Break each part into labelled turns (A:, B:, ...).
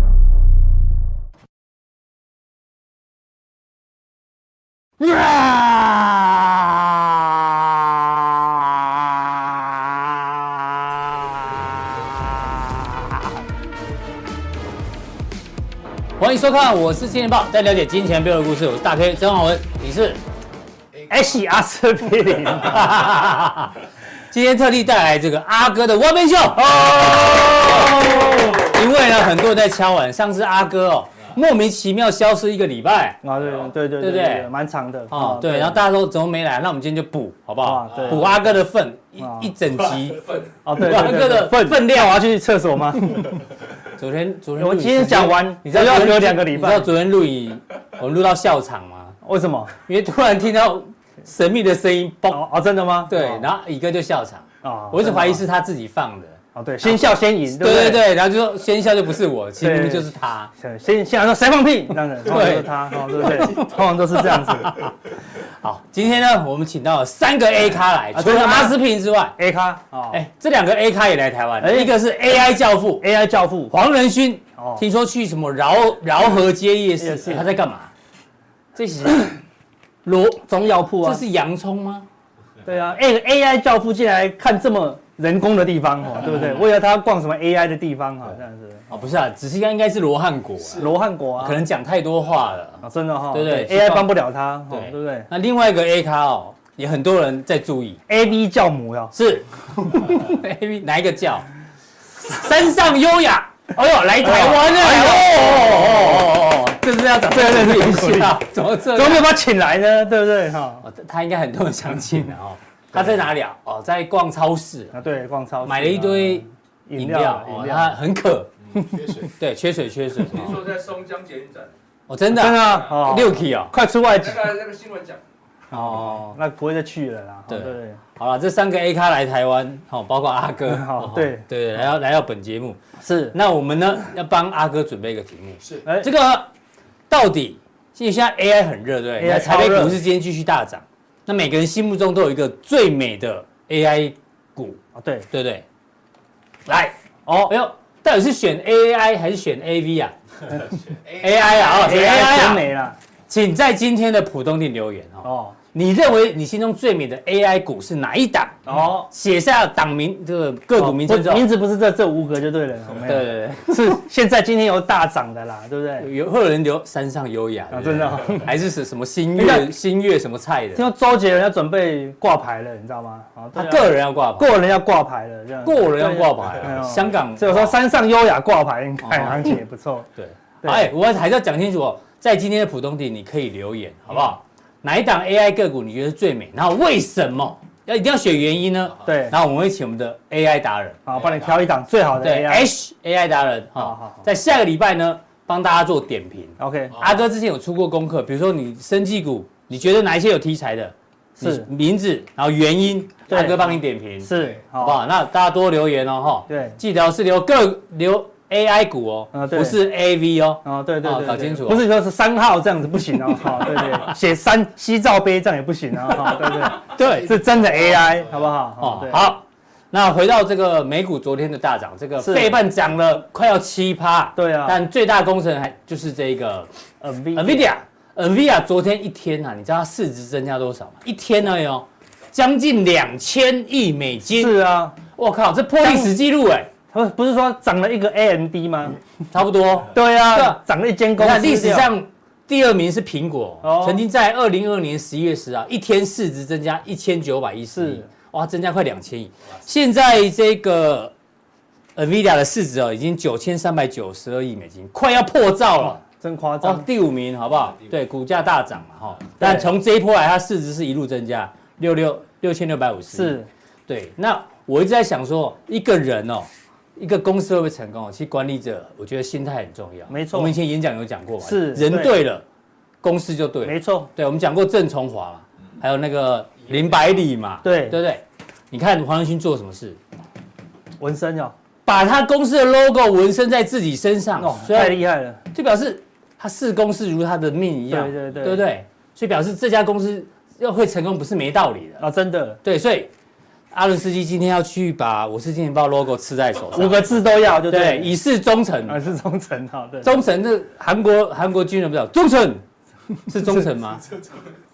A: 欢迎收看，我是金钱豹，带你了解金钱背后的故事。我是大 K 曾焕文，你是 H 阿司匹 林。
B: 哦
A: 今天特地带来这个阿哥的挖边秀哦，因为呢，很多人在敲碗，上次阿哥哦莫名其妙消失一个礼拜。
B: 啊，对对对
A: 哎对
B: 对
A: 不对
B: 对，蛮长的
A: 哦，对，然后大家都怎么没来？那我们今天就补，好不好
B: 啊？对
A: 补阿哥的份，一
B: 啊
A: 一整集。
B: 哦 对
A: 大
B: 对
A: 哥
B: 对
A: 的
B: 对，分分量我要去厕 所吗？
A: 昨天，昨天
B: 我
A: 录影
B: 今天讲完
A: 你知道
B: 我要
A: 昨天
B: 留两个礼拜
A: 你知道昨天录影，我们录到笑场吗？
B: 为什么？
A: 因为突然听到神秘的声音，嘣，
B: 哦哦，真的吗？
A: 对，
B: 哦
A: 然后乙哥就笑场，
B: 哦
A: 我一直怀疑
B: 真
A: 是
B: 的
A: 他自己放的。
B: 吗哦，对，先笑先赢，
A: 对
B: 对
A: 对
B: 不对
A: 对，然后就说先笑就不是我，其实
B: 对
A: 明明就是他。
B: 对，先先来说谁放屁，这样 子，通常都是他，哦对不对？通常都是这样子
A: 好，今天呢，我们请到了三个
B: 哎
A: A 咖来，除
B: 真
A: 了
B: 的吗
A: 阿斯平之外，
B: ，A 咖哦
A: 哎，这两个 A 咖也来台
B: 哎
A: 湾，一个是 AI 教父
B: ，AI 教父
A: 黄仁勋
B: 哦，
A: 听说去什么饶饶河街夜
B: 夜
A: 市，
B: 市
A: 哎他在干嘛？这是罗，
B: 中药铺
A: 这
B: 啊，
A: 是洋葱吗？
B: 对啊，哎，AI 教父进来看这么人工的地方哦，对不 对？为了他要逛什么 AI 的地方啊，这样子，
A: 哦，不是啊，只是应该应该是罗汉果啊，
B: 罗汉果啊，
A: 可能讲太多话了。
B: 啊，真的哈，
A: 对对
B: ，AI 帮不了他，哦
A: 对
B: 对不对
A: 那另外一个 A 咖哦，也很多人在注意，
B: ？AV 教母哟，
A: 是 A B 哪一个叫？山上优雅，哎呦，来台湾了，哦哦哦哦哦，这是要找
B: 对对对
A: 一下，怎么这
B: 怎么
A: 样？
B: 没有把他请来呢？对不对哈？
A: 哦他应该很多人想请的哦。他在哪里啊？哦，在逛超市，
B: 啊，对，逛超市
A: 买了一堆饮
B: 饮
A: 料
B: 料，，嗯
A: 哦
B: 饮，
A: 他
B: 料，
A: 很渴，
C: 缺水。
A: 对，缺水缺水，
C: 听说在松江捷运站，
A: 哦，真的
B: 真的
A: 啊
B: 啊哦，
A: 六 K 哦，
B: 快出外景
C: 那，个那个新闻讲，
A: 哦，
B: 那不会再去了啦。
A: 对
B: 哦对，
A: 好了，这三个 A 咖来台湾，哦，包括阿 哥，
B: 好
A: 哦
B: 对
A: 对，来到来到本节目，
B: 是，
A: 那我们呢要帮阿哥准备一个题目，
C: 是
B: 哎
A: 这个到底，因为现在 AI 很热，对不对？
B: AI
A: 台北
B: 超热
A: 股市今天继续大涨，那每个人心目中都有一个最美的 AI 股，
B: 哦对，
A: 对不对？来，
B: 哦
A: 哎呦，到底是选 AI 还是选 AV 啊
C: 哎
A: ？AI 啊，哦，选
B: AI 选
A: AI 啊，
B: 美啦，
A: 请在今天的浦东店留言哦。
B: 哦
A: 你认为你心中最美的 AI 股是哪一档？
B: 哦，
A: 写下党名这个个股名称之后
B: 哦不，名字不是这这五个就对了，哦有没
A: 对
B: 有？
A: 对
B: 是现在今天有大涨的啦，对不对？
A: 对，有会有人留山上优雅，对
B: 啊，哎
A: 不对
B: 真的哦，
A: 还是什什么新
B: 等一
A: 月
B: 下
A: 新月什么菜的
B: 听，说周杰伦要准备挂牌了，你知道吗？哦
A: 他
B: 对啊
A: 个人要挂牌，
B: 个人要挂牌了，这样
A: 个人要挂牌
B: 对
A: 啊，
B: 啊
A: 香港
B: 所以我说山上优雅挂牌，你看
A: 哦
B: 行情也不错。
A: 对，
B: 对
A: 哎，我还是要讲清楚哦，在今天的浦东地你可以留言，好不好？哪一档 AI 个股你觉得最美？然后为什么要一定要选原因呢？
B: 对，
A: 然后我们会请我们的 AI 达人，
B: 好，帮你挑一档最好的
A: 对哎
B: AI。
A: H AI 达人
B: 好好
A: 哈
B: 好，
A: 在下个礼拜呢帮大家做点评。
B: OK，
A: 阿哥之前有出过功课，比如说你生技股，你觉得哪一些有题材的？
B: 是
A: 你名字，然后原因，
B: 对
A: 阿哥帮你点评，
B: 是
A: 好不好？那大家多留言哦，哈。
B: 对
A: 记得哦是留个留 AI 股哦，
B: 啊对
A: 不是 AV 哦。
B: 哦，对对
A: 哦
B: 对，
A: 搞
B: 对
A: 清楚哦
B: 不是说是三号这样子不行 哦，好，对对，写三西照杯这样也不行啊，哈，对
A: 对，
B: 对，是真的 AI 好不好？
A: 哦
B: 对，，
A: 好。那回到这个美股昨天的大涨，这个
B: 是
A: 费半涨了快要七趴，
B: 对啊
A: 但最大功臣还就是这个
B: 呃 NVIDIA
A: NVIDIA。NVIDIA 昨天一天啊，你知道它市值增加多少吗？一天而已哦，将近两千亿美金。
B: 是啊，
A: 我靠，这破历史记录哎，
B: 他们不是说涨了一个 AMD 吗？
A: 差不多。嗯
B: 对
A: 对啊
B: 啊，涨了一间
A: 你
B: 公司
A: 看
B: 掉，
A: 历史上第二名是苹果，
B: 哦
A: 曾经在二零二年十一月十啊，一天市值增加一千九百一十亿
B: 是，
A: 哇，增加快两千亿。现在这个 NVIDIA 的市值哦，已经九千三百九十二亿美金，快要破兆了。
B: 真夸
A: 哦
B: 张，，
A: 第五名好不好
C: 第五？名
A: 对，股价大涨嘛哈，但从这一波来，它市值是一路增加，六六六千六百五十。
B: 是，
A: 对，那我一直在想说，一个人哦，一个公司会不会成功哦？其实管理者，我觉得心态很重要。
B: 没错
A: 我们以前演讲有讲过嘛，
B: 是
A: 人
B: 对
A: 对了，公司就对了。
B: 没错，
A: 对，我们讲过郑崇华嘛，还有那个林百里嘛，
B: 对
A: 对不对？你看黄仁勋做什么事？
B: 纹身哦，
A: 把他公司的 logo 纹身在自己身上
B: 哦，，
A: 虽
B: 太
A: 然
B: 厉害了，
A: 就表示它视公司如它的命一样，
B: 对对对
A: 对不对？所以表示这家公司要会成功不是没道理的。
B: 啊，真的
A: 对，所以阿伦斯基今天要去把《我是金钱豹》logo 刺在手
B: 五
A: 上，
B: 个字都要，就
A: 啊对，
B: 对，
A: 以示忠诚。
B: 啊是忠诚，好的，
A: 忠诚是韩国韩国军人不知道，忠诚是忠诚吗？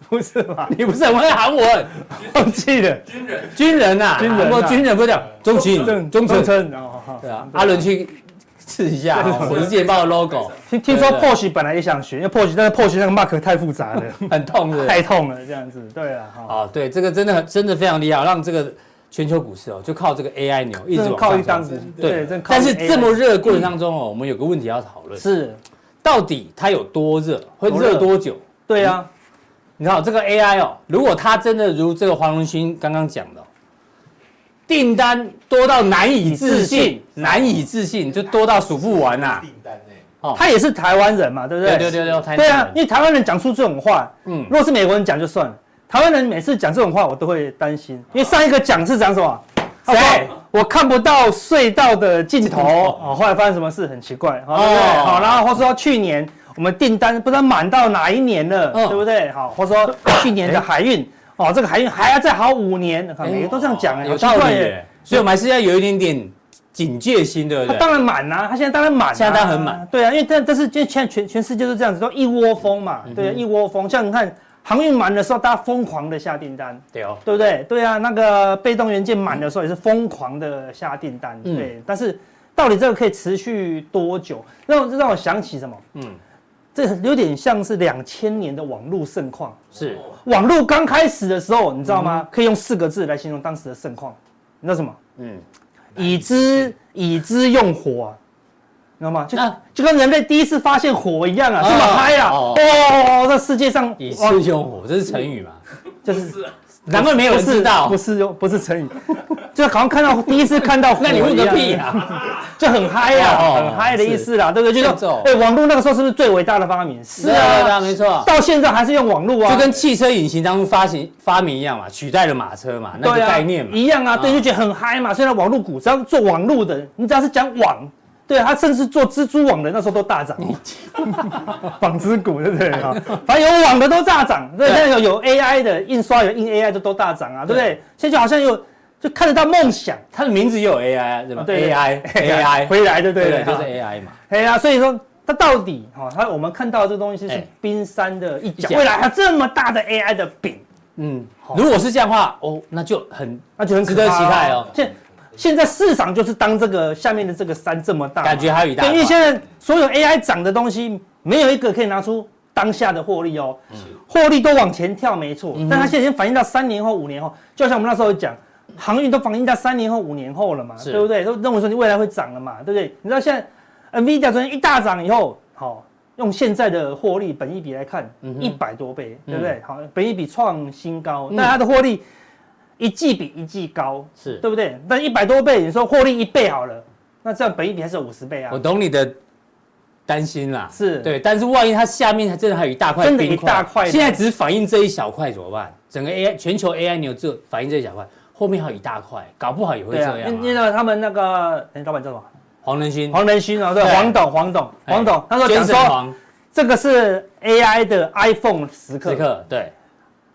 B: 不是吧？
A: 你不是很会韩文？
B: 忘记了，
C: 军人
A: 军人啊，
B: 军人啊
A: 韩国军人不是讲忠勤忠诚？
B: 诚，哦，好
A: 对啊，阿伦去试一下哦，《我是金钱豹》的 logo
B: 听听说
A: 对对
B: Porsche 本来也想学，因为 Porsche 但是 Porsche 那个 mark 太复杂 了，
A: 很痛是不是
B: 太痛了，这样子，对啊，好
A: 啊，对，这个真的很真的非常厉害，让这个全球股市哦，就靠这个 AI 牛一直
B: 真的
A: 往
B: 靠
A: 上
B: 一当
A: 涨。
B: 子，
A: 对，
B: 真靠一
A: 但是
B: AI
A: 这么热的过程当中哦，我们有个问题要讨论，
B: 是，
A: 到底它有多热，会
B: 多热
A: 热多久？
B: 对啊，
A: 嗯你知道这个 AI 哦，如果它真的如这个黄仁勋刚刚讲的哦、订单多到难以置
B: 置信
A: 信，难以置信，就多到数不完呐、
D: 订单呢？
A: 哦
B: 他也是台湾人嘛，对不
A: 对
B: 对？
A: 对对对，台南
B: 对啊
A: 人，
B: 因为台湾人讲出这种话，
A: 嗯
B: 如果是美国人讲就算了，台湾人每次讲这种话，我都会担心，因为上一个讲是讲什么？他说
A: 谁
B: 我看不到隧道的尽头
A: 尽头
B: 哦，后来发生什么事很奇怪，好、
A: 哦
B: 对不对？好，然后或说去年我们订单不知道满到哪一年了，
A: 嗯
B: 对不对？好，或说去年的海运，哦，这个海运还要再好五年，看每个都这样讲，
A: 哎
B: 啊
A: 有
B: 很奇
A: 道
B: 怪
A: 理
B: 耶。
A: 耶，所以我们还是要有一点点警戒心，对不
B: 他
A: 对？
B: 当然满呐、他现在当然满、啊，
A: 现在当然很满。
B: 对啊，因为但但是现在全全全世界都这样子，都一窝蜂嘛，
A: 嗯
B: 对啊，一窝蜂。像你看航运满的时候，大家疯狂的下订单，
A: 对哦，
B: 对不对？对啊，那个被动元件满的时候也是疯狂的下订单，
A: 嗯
B: 对。但是到底这个可以持续多久？让我这让我想起什么？
A: 嗯，
B: 这有点像是两千年的网络盛况。
A: 是
B: 网络刚开始的时候，你知道吗？可以用四个字来形容当时的盛况，你知道什么？
A: 嗯，
B: 以之以之用火、啊，你知道吗？就、
A: 啊
B: 就跟人类第一次发现火一样啊，这么
A: 哦
B: 嗨啊！
A: 哦
B: 哦，哦这世界上
A: 以
B: 哇
A: 势用火，这是成语嘛？
B: 就
C: 不
B: 是
C: 是啊，
A: 难 怪没有人知道
B: 不，是用不是成语， 就好像看到第一次看到火
A: 那
B: 一样，
A: 你问个屁啊！
B: 就很嗨啊，
A: 哦
B: 很嗨的意思啦，对不对？就
A: 欠揍
B: 说哎，网络那个时候是不是最伟大的发明？是
A: 对
B: 啊，
A: 啊，没错，
B: 到现在还是用网络啊，
A: 就跟汽车引擎当初发行发明一样嘛，取代了马车嘛，那个
B: 对啊
A: 概念嘛。
B: 一样啊，对，
A: 啊
B: 就觉得很嗨嘛。虽然网络股，只要做网络的，你只要是讲网，对啊他甚至做蜘蛛网的那时候都大涨，纺织股对不对啊？反正有网的都大涨，对，
A: 对
B: 现在有有 AI 的印刷有印 AI 的都大涨啊，对不对？现在就好像有就看得到梦想
A: 它的名字也有 AI 啊，对吧
B: 啊 对
A: ？AI AI
B: 回来，对不
A: 对对，
B: 对？
A: 就
B: 哈
A: 是 AI 嘛。
B: 哎呀，所以说它到底哈，它我们看到这东西是
A: 哎
B: 冰山的一角，
A: 一角
B: 未来它这么大的 AI 的饼，
A: 嗯，如果是这样的话，哦，那就很
B: 那就很可
A: 值得期
B: 怕
A: 待哦
B: 现现在市场就是当这个下面的这个山这么大嘛，
A: 感觉还有一大
B: 对，因为
A: 块。
B: 现在所有 AI 涨的东西，没有一个可以拿出当下的获利哦，获利都往前跳，没错。但它现在已经反映到三年后、五年后，就像我们那时候讲，航运都反映到三年后、五年后了嘛，
A: 是
B: 对不对？都认为说你未来会涨了嘛，对不对？你知道现在 NVIDIA 昨天一大涨以后，好、用现在的获利本益比来看，一百、多倍，对不对？好，本益比创新高，
A: 嗯
B: 但它的获利一季比一季高，
A: 是
B: 对不对？但一百多倍，你说获利一倍好了，那这样本益比还是有五十倍啊
A: 我。懂你的担心啦，
B: 是
A: 对，但是万一它下面还真的还有一大块
B: 真的
A: 冰
B: 一大块的
A: 现在只反映这一小块怎么办？整个 AI 全球 AI 牛只有反映这一小块，后面还有一大块，搞不好也会
B: 对啊，
A: 这
B: 因为因
A: 样
B: 为
A: 啊。
B: 呢他们那个哎，老板叫什么？
A: 黄仁勋，
B: 黄仁勋啊，对，哎啊
A: 对
B: 黄董，黄董，黄董，他说
A: 坚
B: 讲
A: 神
B: 说
A: 黄
B: 这个是 AI 的 iPhone 时
A: 时
B: 刻
A: 刻，对，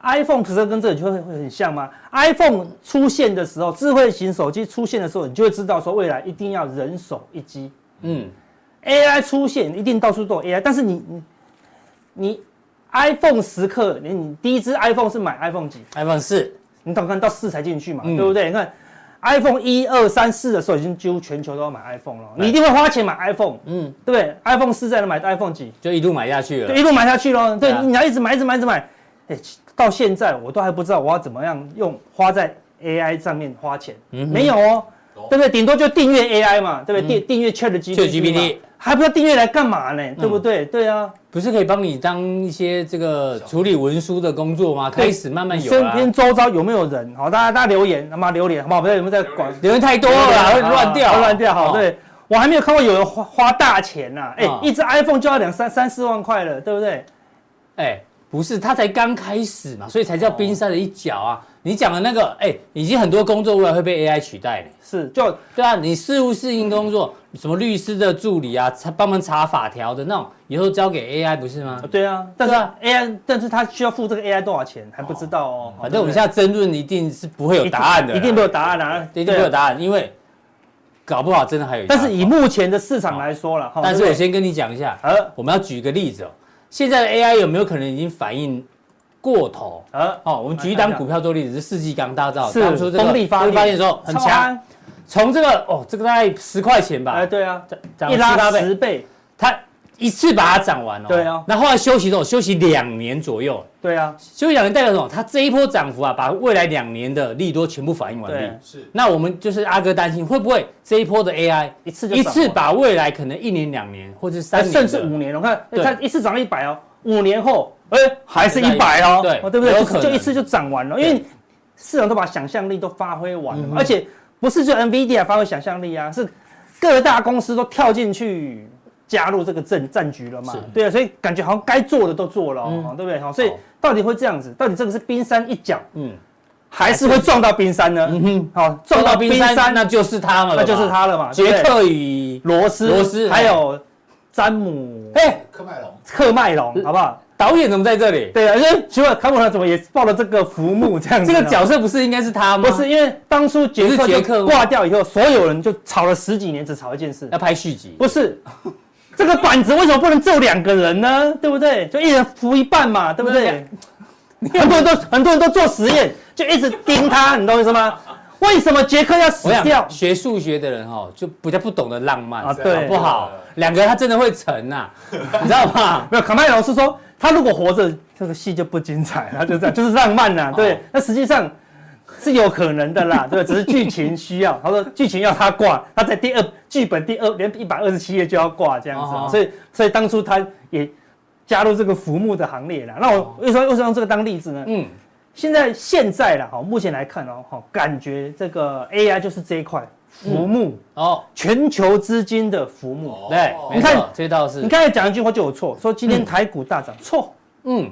B: ，iPhone 时刻跟这个就会会很像吗？iPhone 出现的时候，智慧型手机出现的时候，你就会知道说未来一定要人手一机
A: 嗯，
B: ，AI 出现一定到处都有 AI，但是你你你 iPhone 时刻，你你第一支 iPhone 是买 iPhone 几？
A: iPhone 四，
B: 你到看到四才进去嘛，
A: 嗯
B: 对不对？你看 iPhone 一二三四的时候，已经几乎全球都要买 iPhone 了，
A: 对
B: 你一定会花钱买 iPhone，
A: 嗯，
B: 对不对？iPhone 四再来买 iPhone 几，
A: 就一路买下去
B: 就
A: 了。
B: 一路买下去咯。对
A: 对啊，
B: 你要一直买，一直买，一直买。哎，到现在我都还不知道我要怎么样用花在 AI 上面花钱，
A: 嗯哼嗯
B: 没有哦
D: 懂，
B: 对不对？顶多就订阅 AI 嘛，对不对？订订阅 ChatGPT，
A: ChatGPT
B: 嘛还不知道订阅来干嘛
A: 嗯
B: 呢，对不对？对啊，
A: 不是可以帮你当一些这个处理文书的工作吗？
B: 对
A: 开始慢慢有啊
B: 身
A: 了、
B: 边周遭有没有人？好，大家大家留言，他妈留言，好不好？不要你们在管
A: 留言太多了啦，会乱掉，
B: 啊会乱掉。
A: 哦
B: 好，，对我还没有看过有人花花大钱呐，哎
A: 哦，
B: 一只 iPhone 就要两三三四万块了，对不对？
A: 哎、不是，它才刚开始嘛，所以才
B: 哦
A: 叫冰山的一角啊。你讲的那个，哎、已经很多工作未来会被 AI 取代了。
B: 是就
A: 对啊，你事务适应工作，
B: 嗯
A: 什么律师的助理啊，查帮忙查法条的那种，以后交给 AI 不是吗？
B: 对啊，但是
A: 对啊
B: AI，但是他需要付这个 AI 多少钱还不知道哦。
A: 反正我们
B: 对
A: 现在争论一定是不会
B: 不
A: 有
B: 对
A: 答案的啦，
B: 一定没有答案啊，
A: 一定没有
B: 对啊。
A: 答案，因为搞不好真的还有一大
B: 但
A: 包。
B: 是以目前的市场来说了，
A: 哦
B: 哈
A: 但是
B: 对
A: 我
B: 不对
A: 先跟你讲一下，
B: 呃
A: 我们要举个例子哦，现在的 AI 有没有可能已经反应过头？
B: 呃，
A: 哦，我们举一档股票做例子，是世纪刚大造，
B: 是
A: 当初这个
B: 风力发电
A: 发电的时候很
B: 超
A: 强，
B: 安，
A: 从这个哦，这个大概十块钱吧
B: 哎，，对啊，
A: 涨
B: 一
A: 了七八
B: 拉
A: 倍，
B: 十倍，
A: 它一次把它涨完哦。
B: 对啊
A: 那后来休息之后，休息两年左右，
B: 对啊，
A: 休息两年代表什么？它这一波涨幅啊，把未来两年的利多全部反映完毕
B: 对。啊
C: 是
A: 那我们就是阿哥担心，会不会这一波的 AI
B: 一次就
A: 一
B: 涨
A: 次
B: 完
A: 把未来可能一年、两年或者三
B: 哎
A: 年的，
B: 甚至五年，我看哎
A: 对
B: 它一次涨一百哦，五年后哎还是一百哦，
A: 对
B: 哦对不对？
A: 有
B: 就
A: 可能
B: 是就一次就涨完了，因为市场都把想象力都发挥完
A: 嗯
B: 了嘛，而且不是就 NVIDIA 发挥想象力啊，是各大公司都跳进去加入这个战战局了嘛
A: 是，
B: 对啊，所以感觉好像该做的都做了哦，
A: 嗯
B: 对不对？好，所以
A: 好
B: 到底会这样子，到底这个是冰山一角，
A: 嗯
B: 还是会撞到冰山呢？
A: 嗯哼，
B: 好，撞到冰山，
A: 那就是他们了吧，
B: 那就是它了嘛，对不
A: 捷
B: 对
A: 克与
B: 罗斯，
A: 罗斯
B: 还有詹姆。
A: 哎，
C: 科迈龙，
B: 克麦隆，好不好？
A: 导演怎么在这里？
B: 对啊，因为奇怪，卡普兰怎么也报了这个浮木这样子
A: 这
B: 呢？啊
A: 个角色不是应该是他吗？
B: 不是因为当初杰
A: 不
B: 克
A: 是杰克
B: 就
A: 吗
B: 挂掉以后，所有人就吵了十几年，只吵一件事，
A: 要拍续集，
B: 不是这个板子为什么不能揍两个人呢？对不对？就一人扶一半嘛，对不对？ 很多人都很多人都做实验，就一直盯他，你懂我意思吗？为什么杰克要死
A: 我
B: 掉
A: 想？学数学的人哈，就比较不懂得浪漫，
B: 啊
A: 好
B: 对
A: 不好？两个他真的会沉呐， 你知道吗？
B: 没有，卡麦隆是说他如果活着，这个戏就不精彩了，就这样，就是浪漫呐、对，那实际上是有可能的啦，对，只是剧情需要。他说剧情要他挂，他在第二剧本第二连一百二十七页就要挂这样子、啊
A: 哦
B: 所以所以当初他也加入这个浮木的行列啦。那我为什么为什么用这个当例子呢？
A: 嗯，
B: 现在现在啦，哈，目前来看哦，哈，感觉这个 AI 就是这一块浮木、
A: 哦，
B: 全球资金的浮木。
C: 哦
A: 对，
B: 你
A: 没
B: 看
A: 错，这倒
B: 你
A: 是，
B: 刚才讲一句话就有错，说今天台股大涨，错、
A: 嗯，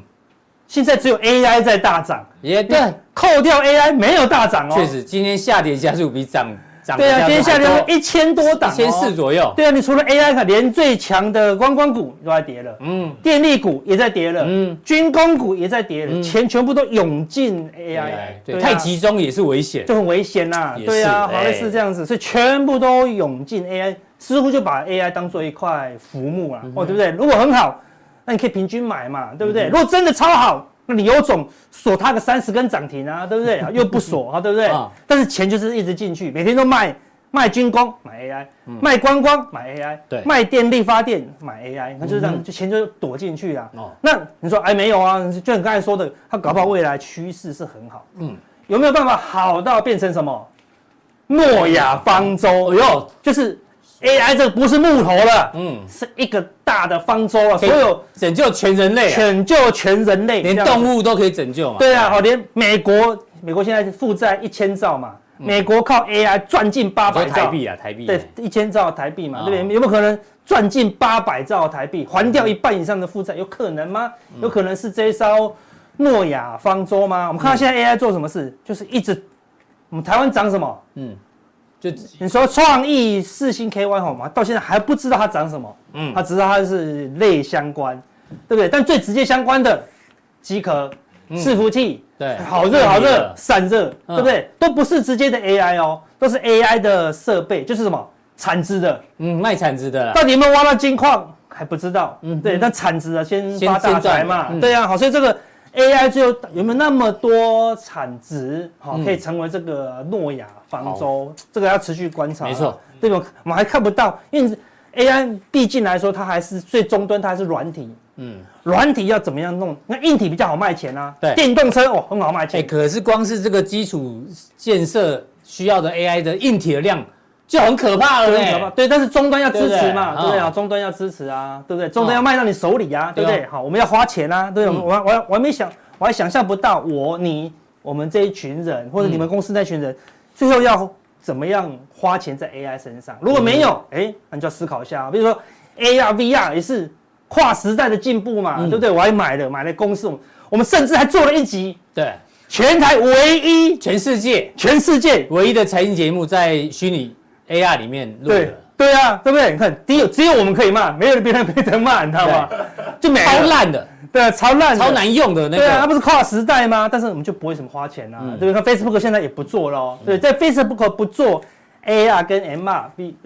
B: 现在只有 AI 在大涨，
A: 也对，
B: 扣掉 AI 没有大涨哦。
A: 确，实今天下跌加速比涨涨
B: 对啊，今天下跌了
A: 一
B: 一千多档、哦，
A: 千四。左右，
B: 对啊，你除了 AI 看，连最强的观光股都在跌了，
A: 嗯
B: 电力股也在跌了，
A: 嗯
B: 军工股也在跌了，
A: 嗯
B: 钱全部都涌进 AI，
A: 对，
B: 啊
A: 太集中也是危险，
B: 就很危险呐、
A: 也是
B: 对啊，好
A: 哎
B: 类似这样子，所以全部都涌进 AI，似乎就把 AI 当做一块浮木
A: 嗯
B: 啊，哦，对不对？如果很好，那你可以平均买嘛，对不对？如果真的超好，那你有种锁它个三十根涨停啊，对 不对？又不锁啊，对不对
A: 啊？
B: 但是钱就是一直进去，每天都卖。卖军工买 AI，、卖观光买 AI，
A: 嗯对
B: 卖电力发电买 AI，那就是
A: 嗯
B: 这样，
A: 哼
B: 就钱就躲进去了。
A: 哦
B: 那你说哎没有啊，就你刚才说的，它搞不好未来趋势是很好，
A: 嗯
B: 嗯，有没有办法好到变成什么诺亚方舟？
A: 哎呦，
B: 就是 AI 这个不是木头了，
A: 嗯，
B: 是一个大的方舟了，
A: 可
B: 所
A: 以
B: 有
A: 拯救全人类啊，
B: 拯救全人类，
A: 连
B: 这样子
A: 动物都可以拯救嘛，
B: 对啊，好，连美国美国现在负债一千兆嘛，美国靠 AI 赚进八
A: 说
B: 百
A: 嗯台
B: 兆。
A: 币啊，台币，
B: 对，一千兆台币嘛，
A: 哦
B: 对不对？有没有可能赚进八百兆台币，还掉一半以上的负债？有可能吗？
A: 嗯
B: 有可能是这一艘诺亚方舟吗？我们看到
A: 嗯
B: 现在 AI 做什么事，就是一直我们台湾涨什么？
A: 嗯，就
B: 你说创意四星 KY 好吗？到现在还不知道它涨什么，
A: 嗯
B: 嗯，它只知道它是类相关，对不对？但最直接相关的机壳、
A: 嗯
B: 伺服器，
A: 对，
B: 好热
A: 太
B: 好热，散热，
A: 嗯
B: 对不对？都不是直接的 AI 哦，都是 AI 的设备，就是什么产值的，
A: 嗯，卖铲子的啦，
B: 到底有没有挖到金矿还不知道，
A: 嗯
B: 嗯，对，但产值啊先
A: 先
B: 发大财嘛
A: 先赚，嗯
B: 对啊，好，所以这个 AI 最后有没有那么多产值，好
A: 嗯，
B: 可以成为这个诺亚方舟，这个要持续观察，啊
A: 没错，
B: 对吧？我们还看不到，因为 AI 毕竟来说，它还是最终端，它还是软体。
A: 嗯，
B: 软体要怎么样弄？那硬体比较好卖钱啊。
A: 对
B: 电动车哦，很好卖
A: 哎，
B: 钱。
A: 可是光是这个基础建设需要的 AI 的硬体的量就很可怕了
B: 对好不好
A: 嘞，
B: 对，但是终端要支持嘛，
A: 对不
B: 对
A: 对
B: 不对啊？
A: 哦
B: 终端要支持啊，对不对？终
A: 哦
B: 端要卖到你手里啊，对不
A: 对
B: 对？好，我们要花钱啊，对不对？
A: 嗯
B: 我还我还我还没想，我还想象不到我你我们这一群人，或者你们公司那群人，最后要怎么样花嗯钱在 AI 身上？如果没有，哎，那你就要思考一下啊，比如说 AR、VR 也是跨时代的进步嘛，对不对？我还买了，买了公司，我们我们甚至还做了一集
A: 对，
B: 全台唯一、
A: 全世界
B: 全世界
A: 唯一的财经节目在虚拟 AR 里面录
B: 对
A: 的，
B: 对啊，对不对？你看，只有只有我们可以骂，没有别人没得骂，你知道吗？就没
A: 超
B: 了，
A: 烂的、
B: 对啊，超烂的，
A: 超难用的嗯那
B: 对啊，
A: 个，
B: 它不是跨时代吗？但是我们就不会什么花钱啊，对不对？那 Facebook 现在也不做了、哦，
A: 嗯
B: 对，在 Facebook 不做 AR 跟 MR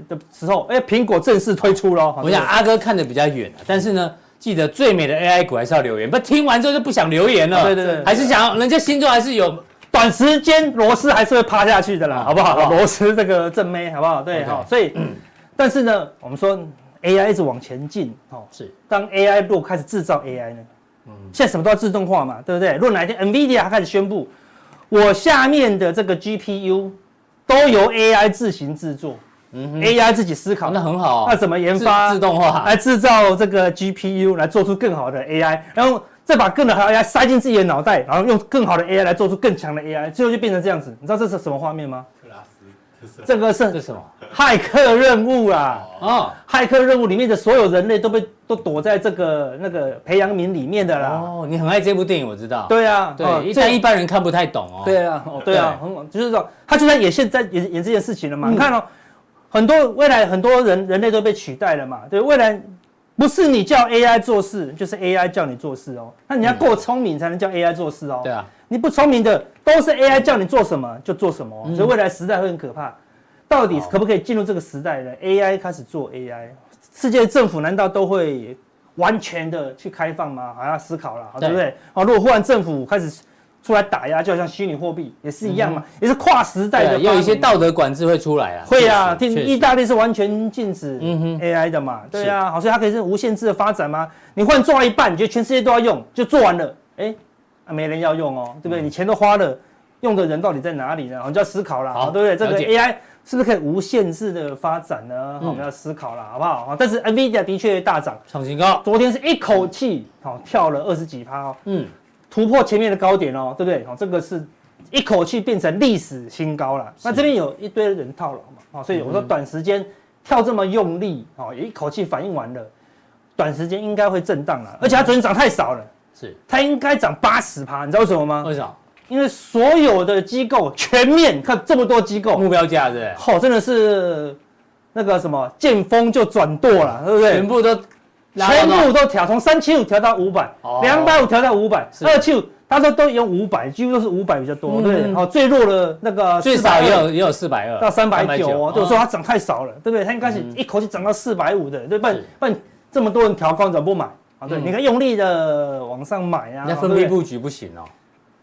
B: 的时候，哎，苹果正式推出了、哦。
A: 我想
B: 对
A: 阿哥看的比较远、啊，但是呢，记得最美的 AI 股还是要留言，不听完之后就不想留言了，
B: 啊对对对
A: 还是想要人家心中还是有
B: 短时间螺丝还是会趴下去的啦，
A: 啊
B: 好不
A: 好不
B: 好？
A: 好
B: 螺丝这个正妹，好不好？对，
A: OK 嗯
B: 好，所以，但是呢，我们说 AI 一直往前进，哦，
A: 是
B: 当 AI 如果开始制造 AI 呢？
A: 嗯
B: 现在什么都要自动化嘛，对不对？如果哪一天 NVIDIA 它开始宣布，我下面的这个 GPU 都由 AI 自行制作、a i 自己思考，
A: 嗯那很好、
B: 那
A: 啊，
B: 怎么研
A: 自
B: 发哎
A: 自动化，
B: 来制造这个 GPU 来做出更好的 AI，然后再把更好的 AI 塞进自己的脑袋，然后用更好的 AI 来做出更强的 AI，最后就变成这样子。你知道这是什么画面吗？这个
A: 这
B: 是
A: 是什么？
B: 骇客任务啊！
A: 哦，
B: 骇客任务里面的所有人类都被都躲在这个那个培养皿里面的啦。
A: 哦，你很爱这部电影，我知道。
B: 啊对啊，哦
A: 对，一
B: 这
A: 般一般人看不太懂哦。
B: 对啊，哦对啊，很好就是说他就在演现在演演这件事情了嘛。你看哦，很多未来很多人人类都被取代了嘛。对，未来不是你叫 AI 做事，就是 AI 叫你做事哦。那你要够聪明才能叫 AI 做事哦。
A: 对啊，
B: 你不聪明的都是 AI 叫你做什么就做什么
A: 嗯
B: 哦，所以未来时代会很可怕。到底可不可以进入这个时代呢？AI 开始做 AI，世界政府难道都会完全的去开放吗？还要思考了，对不对？哦，如果忽然政府开始出来打压，就好像虚拟货币也是一样嘛，也是跨时代
A: 嗯对
B: 的
A: 啊，
B: 发明，
A: 也有一些道德管制会出来啊。
B: 会啊，
A: 确
B: 听
A: 实
B: 意，大利是完全禁止
A: 嗯哼
B: AI 的嘛，对啊，好，所以它可以是无限制的发展吗？你换做到一半，你觉得全世界都要用，就做完了，哎、啊没人要用哦，对不对？
A: 嗯
B: 你钱都花了，用的人到底在哪里呢？我们就要思考啦，
A: 好
B: 对不对？这
A: 了
B: 个
A: 解
B: AI 是不是可以无限制的发展呢？
A: 嗯
B: 我们要思考啦，好不好？好但是 NVIDIA 的确大涨，
A: 创新高。
B: 昨天是一口气好、跳了二十几趴哦，
A: 嗯，
B: 突破前面的高点哦，对不对？哦，这个是一口气变成历史新高了。那这边有一堆人套牢嘛，哦，所以我说短时间跳这么用力，哦，也一口气反应完了，短时间应该会震荡了。而且它昨天涨太少了，
A: 是
B: 它应该涨八十趴，你知道为什么吗？
A: 为什么？
B: 因为所有的机构全面看这么多机构，
A: 目标价对
B: 哦，真的是那个什么见风就转舵了，对不
A: 不对？
B: 对
A: 全？部都拉
B: 全
A: 到
B: 部都调，从三七五调到五百、
A: 哦
B: 0两百五调到五百，
A: 是
B: 二七五他说都用五百，几乎都是五百比较多，
A: 嗯
B: 对不对，好最弱的那个
A: 最少也
B: 420
A: 有也有四百二
B: 到三百九哦，对，我说
A: 啊
B: 它涨太少了，对不对？它应该是一口气涨到四百五的，对，不然
A: 是
B: 不然这么多人调高，你怎么不买？啊，对，
A: 嗯
B: 你看用力的往上买啊，
A: 人家
B: 对
A: 分
B: 不
A: 批
B: 对
A: 布局不行哦，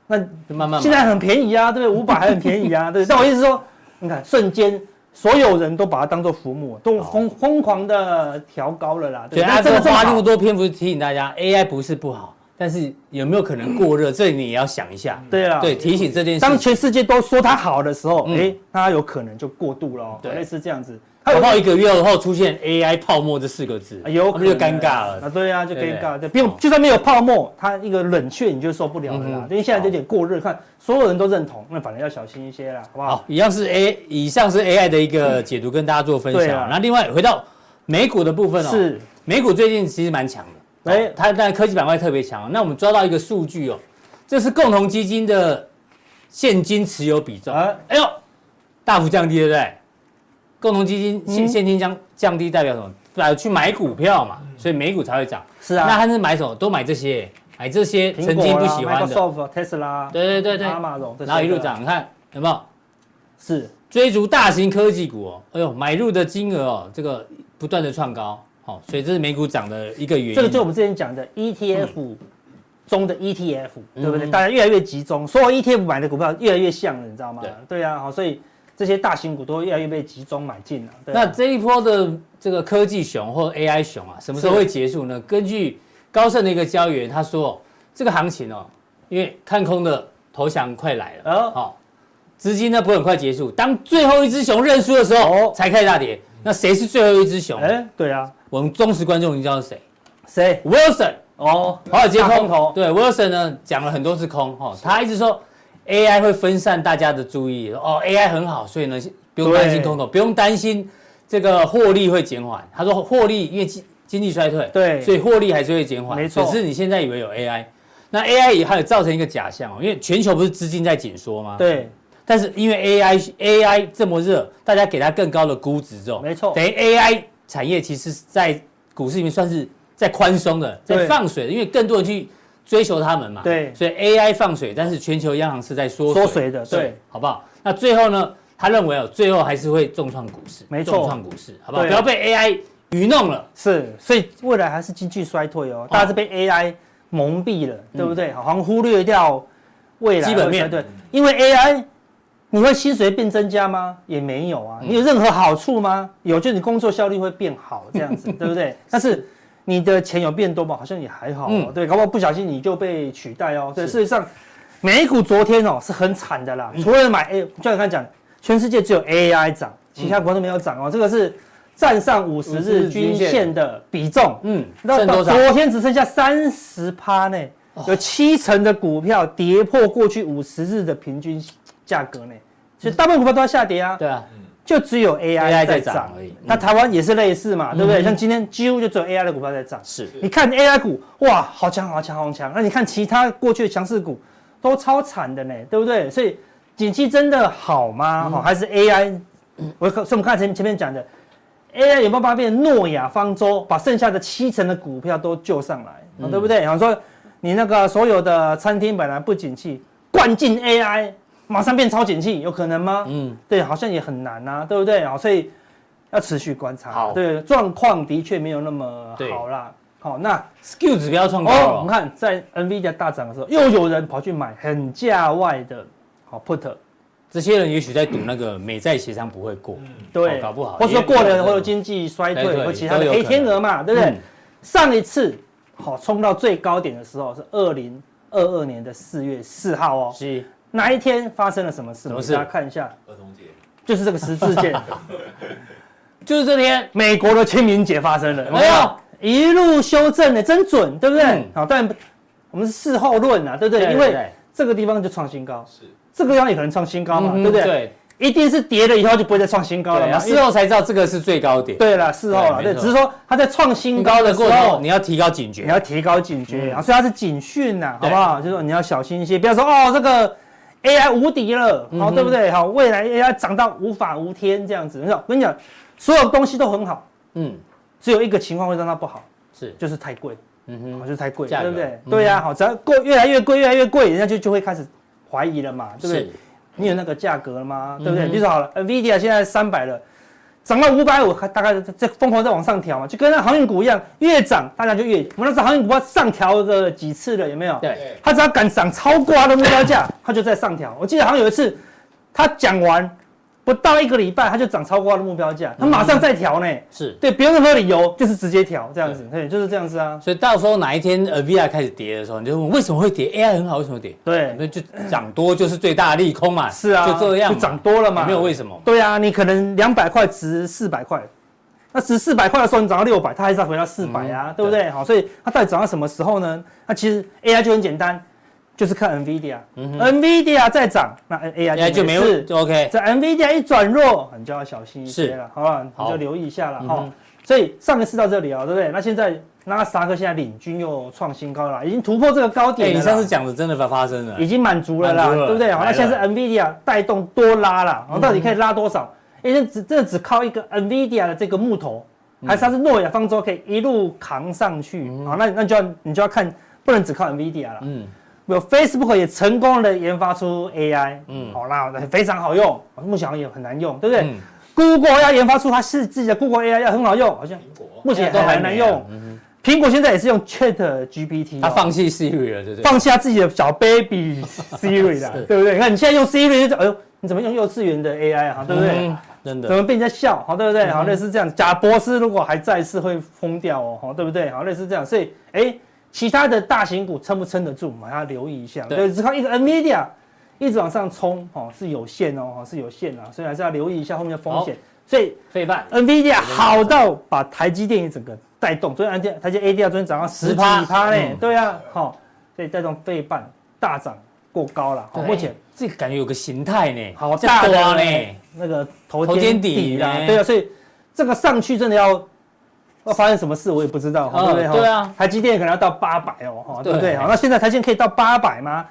B: 那
A: 就慢慢买
B: 现在很便宜啊，对不对？五百还很 便宜啊，对不对。但我意思是说，你看瞬间。所有人都把它当做浮木，
A: 哦
B: 都疯疯狂的调高了啦。
A: 所以
B: 对不对
A: 阿
B: 那真
A: 哥
B: 的这么
A: 啊花
B: 好
A: 那么多篇幅提醒大家，AI 不是不好，但是有没有可能过 热，这你也要想一下。
B: 对啊啦，
A: 对，提醒这件
B: 当
A: 事情，
B: 全世界都说它好的时候，
A: 嗯
B: 哎、它有可能就过度了、哦，
A: 对哦
B: 类似这样子，它
A: 搞
B: 有
A: 不好一个月后出现 AI 泡沫这四个字，
B: 啊有
A: 我
B: 可
A: 们
B: 能
A: 就尴尬了。
B: 啊，对啊，就
A: 对不
B: 尴
A: 对哦
B: 尬，对，不用，就算没有泡沫，它一个冷却你就受不了了啦，
A: 嗯
B: 因为现在有点过热，看所有人都认同，那反而要小心一些啦，好不好？
A: 好，一样是 A，以上是 AI 的一个解读，跟大家做分
B: 对
A: 享
B: 啊。
A: 那另外回到美股的部分哦，
B: 是
A: 美股最近其实蛮强的，
B: 哎
A: 哎，它但科技板块特别强。那我们抓到一个数据哦，这是共同基金的现金持有比重，
B: 啊
A: 哎呦，大幅降低，对不对？共同基金现
B: 嗯
A: 现金降降低代表什么？呃，去买股票嘛，所以美股才会涨。
B: 嗯是啊
A: 那他是买什么？都买这些，买这些
B: 苹
A: 曾
B: 果
A: 经
B: 啦
A: 不喜欢的，
B: Microsoft、Tesla，
A: 对对对对，
B: Amazon，这些
A: 然后一路
B: 的
A: 涨，你看有没有？
B: 是
A: 追逐大型科技股哦，哎呦，买入的金额哦，这个不断的创高，好、所以这是美股涨的一个原因。嗯
B: 这个就我们之前讲的 ETF 中的 ETF，、对不对？大家越来越集中，所有 ETF 买的股票越来越像了，你知道吗
A: 对？
B: 对啊，好，所以这些大型股都越来越被集中买进了。对啊
A: 那这一波的这个科技熊或 AI 熊啊，什么时候会结束呢？根据高盛的一个交易员他说哦，这个行情哦，因为看空的投降快来了，好、
B: 哦
A: 资金呢不会很快结束，当最后一只熊认输的时候，
B: 哦
A: 才开始大跌。那谁是最后一只熊？
B: 哎，对啊，
A: 我们忠实观众你知道是谁
B: 谁？
A: ？Wilson。
B: 哦，
A: 华尔街
B: 大
A: 空
B: 空头
A: 对 Wilson 呢讲了很多次空哈、哦，他一直说 AI 会分散大家的注意哦，AI 很好，所以呢不用担心
B: 对
A: 空头，不用担心这个获利会减缓。他说获利因为基经济衰退，
B: 对
A: 所以获利还是会减缓。
B: 没错
A: 只是你现在以为有 AI，那 AI 也还有造成一个假象哦，因为全球不是资金在紧缩吗？。
B: 对，
A: 但是因为 AI AI 这么热，大家给它更高的估值之后，
B: 没错
A: 等于 AI 产业其实是在股市里面算是在宽松的，在
B: 对
A: 放水的，因为更多人去追求他们嘛。
B: 对
A: 所以 AI 放水，但是全球央行是在缩
B: 缩水的对，
A: 好不好？那最后呢，他认为哦，最后还是会重创股市，
B: 没错
A: 重创股市，好不好？
B: 对
A: 不要被 AI 愚弄了。
B: 是，所以未来还是经济衰退哦，大家是被 AI 蒙蔽了，对不对？好像忽略掉未来
A: 基本嗯面嗯
B: 对，因为 AI 你会薪水变增加吗？也没有
A: 嗯
B: 啊，你有任何好处吗？有，就你工作效率会变好这样子， 对不对？但是你的钱有变多吗？好像也还好、哦，
A: 嗯
B: 对，搞不好不小心你就被取代哦。对，
A: 是嗯
B: 事实上，美股昨天哦是很惨的啦，除了买 A，就像刚才讲，全世界只有 AI 涨，其他股票都没有涨哦，这个是站上五十日均线的比重。
A: 嗯，
B: 那
A: 剩
B: 到
A: 多少？哦
B: 昨天只剩下三十趴呢，有七成的股票跌破过去五十日的平均价格呢，所以大部分股票都要下跌啊，
A: 嗯对啊，
B: 就只有 AI
A: AI
B: 在
A: 在
B: 涨
A: 涨而已嗯嗯
B: 那台湾也是类似嘛，对不对？像今天几乎就只有 AI 的股票在涨。
A: 是
B: 你看 AI 股，哇，好强好强好强。那你看其他过去的强势股都超惨的呢，对不对？所以景气真的好吗？哦还是 AI？我 所以我们看前前面讲的，AI 有没有办法变诺亚方舟，把剩下的七成的股票都救上来，哦对不对？然后说你那个所有的餐厅本来不景气，灌进 AI，马上变超景气，有可能吗？
A: 嗯，
B: 对，好像也很难啊，对不对？啊，所以要持续观察。
A: 好
B: 对，状况的确没有那么
A: 对
B: 好啦。好，那
A: skill 指标创高
B: 哦，我们
A: 了，
B: 看在 NVIDIA 大涨的时候，又有人跑去买很价外的好 put，
A: 这些人也许在赌那个美债协商不会过，
B: 对，
A: 搞不好
B: 或者说过
A: 也有
B: 年
A: 可
B: 或者
A: 能
B: 经济衰
A: 衰
B: 退
A: 退
B: 或其他
A: 都
B: 的
A: 有
B: 黑
A: 可
B: 天
A: 能
B: 鹅嘛，对不对
A: 嗯？
B: 上一次好冲到最高点的时候是二零二二年的四月四号哦，
A: 是
B: 哪一天发生了什么
A: 什
B: 事？我
A: 么
B: 们
A: 事
B: 大家看一下，
C: 儿童节，
B: 就是这个十字 剑。
A: 就是这天，
B: 美国的清明节发生了，
A: 哎呦
B: 没有一路修正的真准，对不对？
A: 嗯
B: 好，但我们是事后论啊，对不对？
A: 对
B: 因为
A: 对
B: 这个地方就创新高，
C: 是
B: 这个地方也可能创新高嘛，
A: 嗯
B: 对不对？
A: 对，
B: 一定是跌了以后就不会再创新高了
A: 对，啊
B: 嘛。因
A: 事
B: 为
A: 后才知道这个是最高点。
B: 对了，事后了，
A: 对
B: 对，
A: 没
B: 只
A: 错
B: 是说它在创新
A: 新
B: 高
A: 高
B: 的
A: 的
B: 时
A: 过
B: 候
A: 程，，你要提高警
B: 你
A: 觉。
B: 要提高警觉，
A: 嗯
B: 啊所以它是警讯呐、好
A: 对
B: 不好？就是说你要小心一些，不要说哦这个 AI 无敌了，
A: 嗯
B: 好、对不对？好，未来 AI 涨到无法无天这样子。我跟你讲，所有东西都很好，
A: 嗯，
B: 只有一个情况会让它不好，
A: 是，
B: 就是太贵，
A: 嗯
B: 好
A: 哼，
B: 就是太贵，
A: 价
B: 对
A: 格
B: 不对？
A: 嗯
B: 对呀、啊好，只要贵越来越贵，越来越贵，人家就就会开始怀疑了嘛，对不对
A: 是？，
B: 你有那个价格了吗？对不对？
A: 嗯哼
B: 比如说好了，NVIDIA 现在三百了，涨到五百五，大概在疯狂在往上调嘛，就跟那航运股一样，越涨大家就越，我们那时候航运股要上调个几次了，有没有？
A: 对，
B: 它只要敢涨超过它的目标价，它就在上调。我记得好像有一次，它讲完不到一个礼拜，它就涨超过它的目标价，它
A: 嗯
B: 马上再调呢。
A: 是。
B: 对，不用任何理由，就是直接调这样子，对，就是这样子啊。
A: 所以到时候哪一天 NVIDIA 开始跌的时候，你就问为什么会跌？AI 很好，为什么跌？
B: 对，
A: 那就涨多就是最大的利空嘛。
B: 是啊，
A: 就这样嘛
B: 就涨，多了嘛，
A: 也没有为什么。
B: 对啊，你可能两百块值四百块，那值四百块的时候你涨到六百，它还是要回到四百啊，
A: 嗯
B: 对不对？好，所以它到底涨到什么时候呢？那其实 AI 就很简单，就是看 NVIDIA，NVIDIA、NVIDIA
A: 嗯
B: 在涨，那 AI
A: AI 哎就没
B: 事
A: 问，就 OK。
B: 这 NVIDIA 一转弱，你就要小心一些了，好不好？你
A: 好
B: 就留意一下了
A: 嗯
B: 哈、
A: 哼
B: 所以上个市到这里啊，对不对？那现在纳斯达克现在领军又创新高了啦，已经突破这个高
A: 哎，
B: 点了啦。
A: 你上次讲的真的发发生了
B: 已，经满足了啦，
A: 满足了
B: 对不对？好，那
A: 来了嗯
B: 现在是 NVIDIA 带动多拉啦，哦然后到底可以拉多少？因为只这只靠一个 NVIDIA 的这个木头，
A: 嗯
B: 还是它是诺亚方舟可以一路扛上去？好，那那就要你就要看，不能只靠 NVIDIA 了。
A: 嗯，
B: 有 Facebook 也成功的研发出 AI，嗯，
A: 嗯
B: 好啦，非常好用，目前好像也很难用，对不对
A: 嗯
B: ？Google 要研发出它是自己的 Google AI 要很好用，好像
C: 苹果
B: 目前
A: 都
B: 都
A: 还
B: 很难
A: 没啊
B: 用。苹果现在也是用 Chat GPT，
A: 他
B: 哦
A: 放弃 Siri 了，对不对？
B: 放下自己的小 baby Siri 啦，对不对？你看你现在用 Siri 就哎呦，你怎么用幼稚园的 AI 啊？对不对？
A: 嗯？真
B: 怎
A: 的，
B: 么被人家笑？好，对不对？好，类似这样，贾博士如果还在世会疯掉哦，好，对不对？好，类似这样，所以哎，其他的大型股撑不撑得住，我们还要留意一下。
A: 对
B: 对，只靠一个 NVIDIA 一直往上冲，哦，是有限哦，哦是有限啊，所以还是要留意一下后面的风险。所以
A: 费半
B: NVIDIA 好到把台积电也整个带动，昨天台积台积 ADR 昨天涨到十几趴嘞
A: 嗯，
B: 对啊，好、所以带动费半大涨过高了，好、
A: 对
B: 目前
A: 这感觉有个形态呢，
B: 好
A: 这
B: 大
A: 大
B: 的
A: 呢，
B: 那个头
A: 头
B: 肩
A: 肩
B: 底
A: 底
B: 啦，
A: 呢
B: 对啊，所以这个上去真的要那发生什么事我也不知道，
A: 嗯
B: 对不对？哈
A: 对啊
B: 台积电可能要到八百哦，哈，对不
A: 对嗯
B: 对？好，那现在台积电可以到八百吗？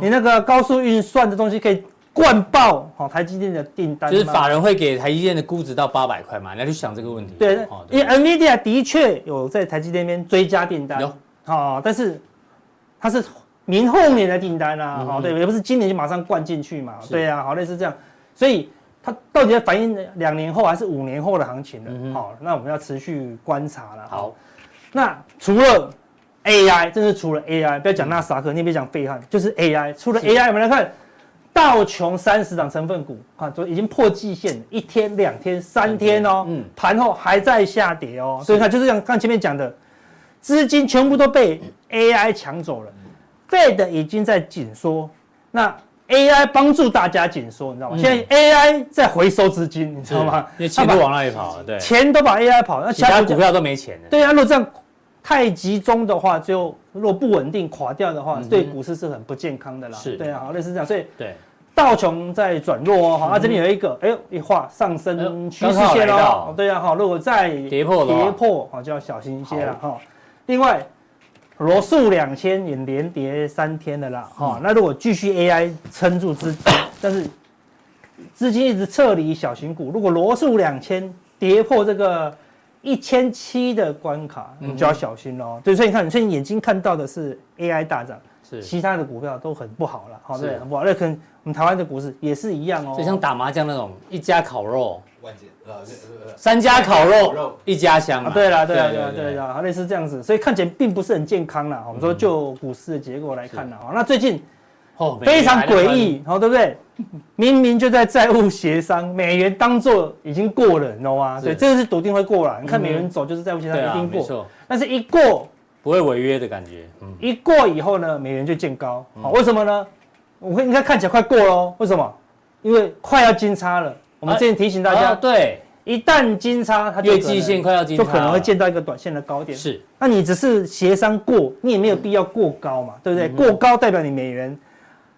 B: 你那个高速运算的东西可以灌爆好台积电的订单吗，
A: 就是法人会给台积电的估值到八百块嘛？你要去想这个问题。
B: 对
A: 哦，
B: 因为 NVIDIA 的确有在台积电那边追加订单，
A: 有
B: 哦，但是它是明后年的订单啊，哦，对，也不是今年就马上灌进去嘛，
A: 嗯是
B: 对啊，好类似这样，所以它到底在反映两年后还是五年后的行情
A: 嗯哼
B: 呢？好、那我们要持续观察了。
A: 好，
B: 那除了 AI，真是除了 AI，不要讲纳斯达克，你也别讲费汉，就是 AI。除了
A: 是
B: AI，我们来看道琼三十档成分股啊，都已经破季线，一天、两天、三天哦，
A: 嗯
B: 嗯，盘后还在下跌哦。所以看，就是像看前面讲的，资金全部都被 AI 抢走了，Fed 已经在紧缩，那 AI 帮助大家紧缩，你知道吗？
A: 嗯
B: 现在 AI 在回收资金，你知道吗？
A: 因为钱
B: 他
A: 都
B: 把
A: 往那里跑了，对，
B: 钱都把 AI 跑，那
A: 其他
B: 股
A: 股
B: 价
A: 票都没钱了。
B: 对啊，如果这样太集中的话，就如果不稳定垮掉的话，
A: 嗯哼
B: 对股市是很不健康的啦。
A: 是
B: 对啊，好类似这样，所以
A: 对，
B: 道琼在转弱哦，好，那这边有一个，哎呦，一画
A: 嗯
B: 上
A: 哎呦
B: 升趋
A: 刚
B: 势
A: 好来
B: 线
A: 到
B: 哦，对啊，好，如果再
A: 跌破的话
B: 跌破，好就要小心一些了哈。另外，罗素两千也连跌三天了啦，
A: 嗯
B: 哈，那如果继续 AI 撑住资金，但是资金一直撤离小型股，如果罗素两千跌破这个一千七的关卡，你
A: 嗯
B: 就要小心喽。对，所以你看，所以你眼睛看到的是 AI 大涨，
A: 是，
B: 其他的股票都很不好了，好
A: 是
B: 对，很不好。那可能我们台湾的股市也是一样哦。
A: 就像打麻将那种，一家烤肉，
C: 万件呃呃
A: 三家烤
C: 烤
A: 肉
C: 肉，
A: 一家香嘛。
B: 啊，对啦，对啦，对啦，对啦，好类似这样子，所以看起来并不是很健康啦。我们
A: 嗯
B: 说就股市的结果来看啦，哦，那最近
A: 哦，
B: 非常诡异，好对不对？ 明明就在债务协商，美元当做已经过了，你知道吗？
A: 是
B: 对，这个是笃定会过了。你看
A: 嗯哼
B: 美元走就是债务协
A: 每
B: 商
A: 个礼拜都翻，对啊，
B: 一定
A: 没
B: 过，
A: 错，
B: 但是一过
A: 不会违约的感觉。嗯，
B: 一过以后呢，美元就见高。好，为什么呢？我应该看起来快过了哦，为什么？因为快要金叉了。我们之前提醒大
A: 啊
B: 家，
A: 对，
B: 一旦金叉，它就
A: 月
B: 可能
A: 季线快要金叉
B: 就
A: 了，
B: 可能会见到一个短线的高点。
A: 是
B: 那你只是协商过，你也没有必要过高嘛，对
A: 嗯
B: 不对？过高代表你美元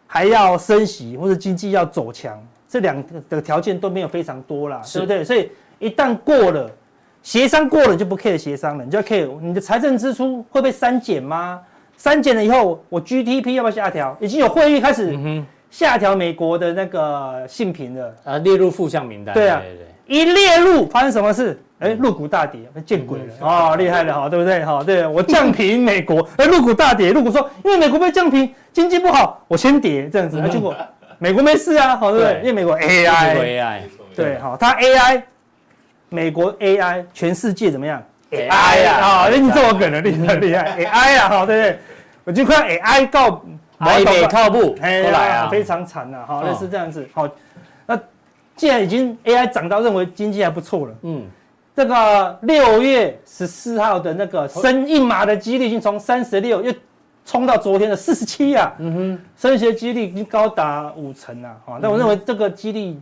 B: 还要升息或者经济要走强，这两个的条件都没有非常多啦，
A: 是
B: 对不对？所以一旦过了，协商过了你就不 care 协商了，你就要 care 你的财政支出会被删减吗？删减了以后，我 GDP 要不要下调？已经有会议开
A: 嗯
B: 始下调美国的那个信评了。
A: 啊，列入负向名单。
B: 对啊
A: 对对，
B: 一列入发生什么事？哎，入股大跌，见鬼了啊、厉害了哈，对不对？哈，对我降平美 国，哎，入股大跌，入股说因为美国被降平，经济不好，我先跌这样子，那哎结果美国没事啊，好对不嗯对？
A: 对
B: 因为美国
A: 对列入
B: AI，
A: AI，
B: 对，好，它 AI，美国 AI，全世界怎么样
A: AI
B: ？AI
A: 啊
B: 啊，哎，你这么梗的厉害厉 害，AI 啊，好，对不对？我就快 AI 告
A: 台北靠步过
B: 哎呀
A: 来啊，
B: 非常惨啊，哈，
A: 哦
B: 类似这样子。好，那既然已经 AI 涨到认为经济还不错了，
A: 嗯，
B: 这个六月十四号的那个升一码的几率已经从三十六又冲到昨天的四十七啊，嗯哼，升息的几率已经高达五成啊，哈，但我
A: 嗯
B: 认为这个几率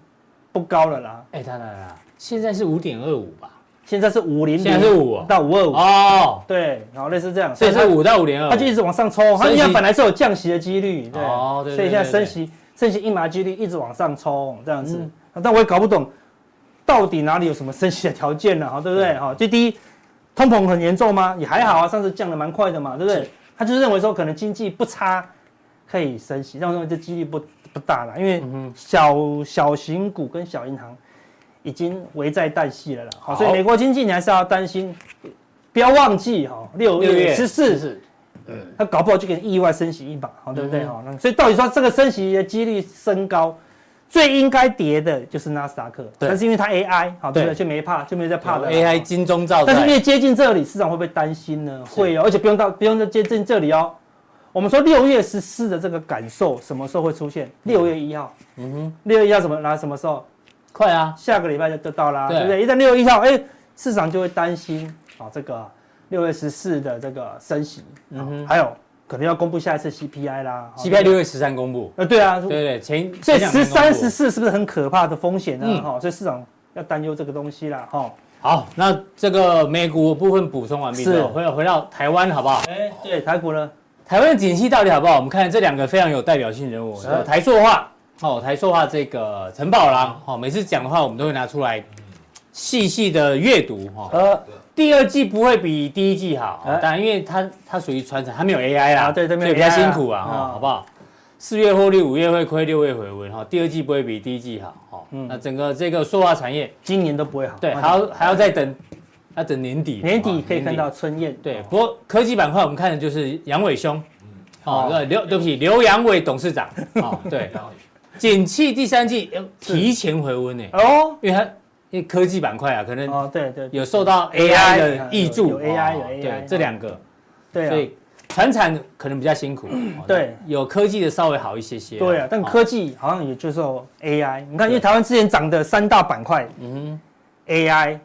B: 不高了啦，
A: 哎，当然啦，现在是五点二五吧？
B: 现在是五零，
A: 现在是5哦
B: 到五二五，
A: 哦，
B: 对，然后类似这样，
A: 所以
B: 它
A: 是五到五点二，
B: 它就一直往上抽，它
A: 嗯升息
B: 因为本来是有降息的几率，对，
A: 哦对对
B: 所以现在
A: 对
B: 升息升息一码几率一直往上冲，这样子
A: 嗯。
B: 但我也搞不懂，到底哪里有什么升息的条件呢？哈，哦对不
A: 嗯
B: 对？哈，就第一，通膨很严重吗？也还好啊，上次降的蛮快的嘛，对不对
A: 是？
B: 他就是认为说可能经济不差，可以升息，但我认为这几率不不大了，因
A: 嗯
B: 为小小型股跟小银行已经危在旦夕了啦。好，所以
A: 好
B: 美国经济你还是要担心，不要忘记哈，六
A: 六月
B: 月十四。
A: 是
B: 他搞不好就给你意外升息一把，好对不对？
A: 嗯
B: 好、那所以到底说这个升息的几率升高，最应该跌的就是纳斯达克，
A: 对
B: 但是因为它 AI 好对不
A: 对
B: 对？就没怕，就没有在怕
A: 怕
B: 的
A: 的
B: 了
A: AI 金钟罩在，
B: 但是越接近这里，市场会不会担心呢？
A: 是
B: 会哦，而且不用到不用再接近这里哦。我们说六月十四的这个感受什么时候会出现？六月一号，
A: 嗯哼，
B: 六月一号什么来？什么时候？
A: 快啊，
B: 下个礼拜就就到啦，
A: 对
B: 对不对？一旦六月一号，哎，市场就会担心啊、这个六月十四的这个升息，哦
A: 嗯哼
B: 还有可能要公布下一次 CPI 啦。好
A: ，CPI 六月十三公布，
B: 呃，对啊，
A: 对对，前
B: 所
A: 前
B: 以
A: 两
B: 十
A: 天公
B: 三、
A: 布
B: 十四是不是很可怕的风险呢？
A: 嗯
B: 哈、所以市场要担忧这个东西啦，哈、哦
A: 好，那这个美股的部分补充完毕之后，
B: 是
A: 回回到台湾好不好？
B: 哎，对，台股呢？
A: 台湾的景气到底好不好？我们看这两个非常有代表性人物，
B: 是
A: 呃台塑化哦，台塑化这个陈宝郎哦，每次讲的话我们都会拿出来细细的阅读哈、哦。
B: 呃，
A: 第二季不会比第一季好哦
B: 哎，
A: 当然因为它它属于传产，它没有 AI 啦，
B: 啊对它没
A: 所
B: 有
A: 以比较
B: AI
A: 辛苦啊，
B: 啊
A: 哈
B: 啊
A: 好不好？四月获利，五月会亏，六月回温哦哈，第二季不会比第一季好哈。那整个这个塑化产业，
B: 今年都不嗯会好。
A: 对，
B: 慢
A: 还
B: 慢
A: 要还要再等，要等年底，好
B: 年
A: 不
B: 底
A: 好
B: 可以看到。春燕。
A: 对，
B: 哦
A: 不过科技板块我们看的就是杨伟兄，哦
B: 好，
A: 对刘对不起，刘杨伟董事长，哦，对，景气第三季呃提前回温呢，
B: 哦
A: 因为它因为科技板块啊，可能
B: 哦，对对
A: 有受到
B: AI
A: AI 的益助，
B: 有有 AI
A: 哦
B: 有 AI
A: 对这两个，
B: 对
A: 所
B: 啊
A: 以船产可能比较辛苦，哦
B: 对，
A: 有科技的稍微好一些些，
B: 对啊，但
A: 哦
B: 科技好像也就是有 AI。你看，因为台湾之前涨的三大板块
A: 嗯
B: ，AI、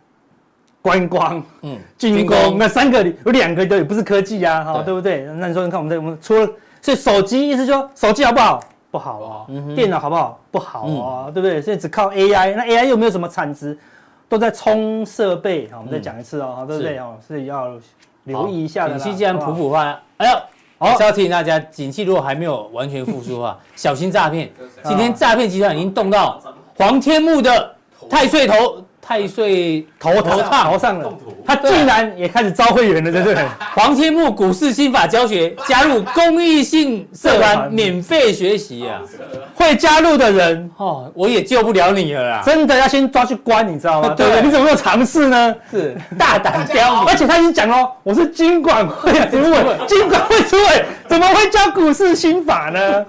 B: 观光、
A: 哼嗯
B: 军
A: 军
B: 工，
A: 工
B: 那三个里有两个都也不是科技啊，哈，
A: 对
B: 对不对？那你说，你看我们在我们除了所以手机，意思说手机好不好？不好啊。
A: 嗯哼嗯
B: 电脑好不好？不好啊，对不对？所以只靠 AI，那 AI 又没有什么产值，都在冲设备。好，我们再
A: 嗯
B: 讲一次哦，对不对？
A: 是
B: 哦，所以要留意一下的啦。哦
A: 景气既然
B: 好不
A: 普
B: 好
A: 普化，哎呦，
B: 好
A: 还是要提醒大家，景气如果还没有完全复苏的话，小心诈骗。
B: 哦
A: 今天诈骗集团已经动
C: 啊
A: 到黄天木的太岁头，太岁头头
B: 头
A: 烫，
B: 上了
C: 动，图
B: 他竟然也开始招会员了，对不对？
A: 黄天木股市心法教学，加入公益性社
B: 社
A: 团
B: 团
A: 免费学习啊！
B: 会加入的人
A: 哦，我也救不了你了啦，
B: 真的要先抓去关，你知道吗？
A: 啊对
B: 对不对？你怎么没有尝试呢？
A: 是 大胆刁
B: 而
A: 民。
B: 且他已经讲了，我是金管会 主委，金管会主委怎么会教股市心 法呢？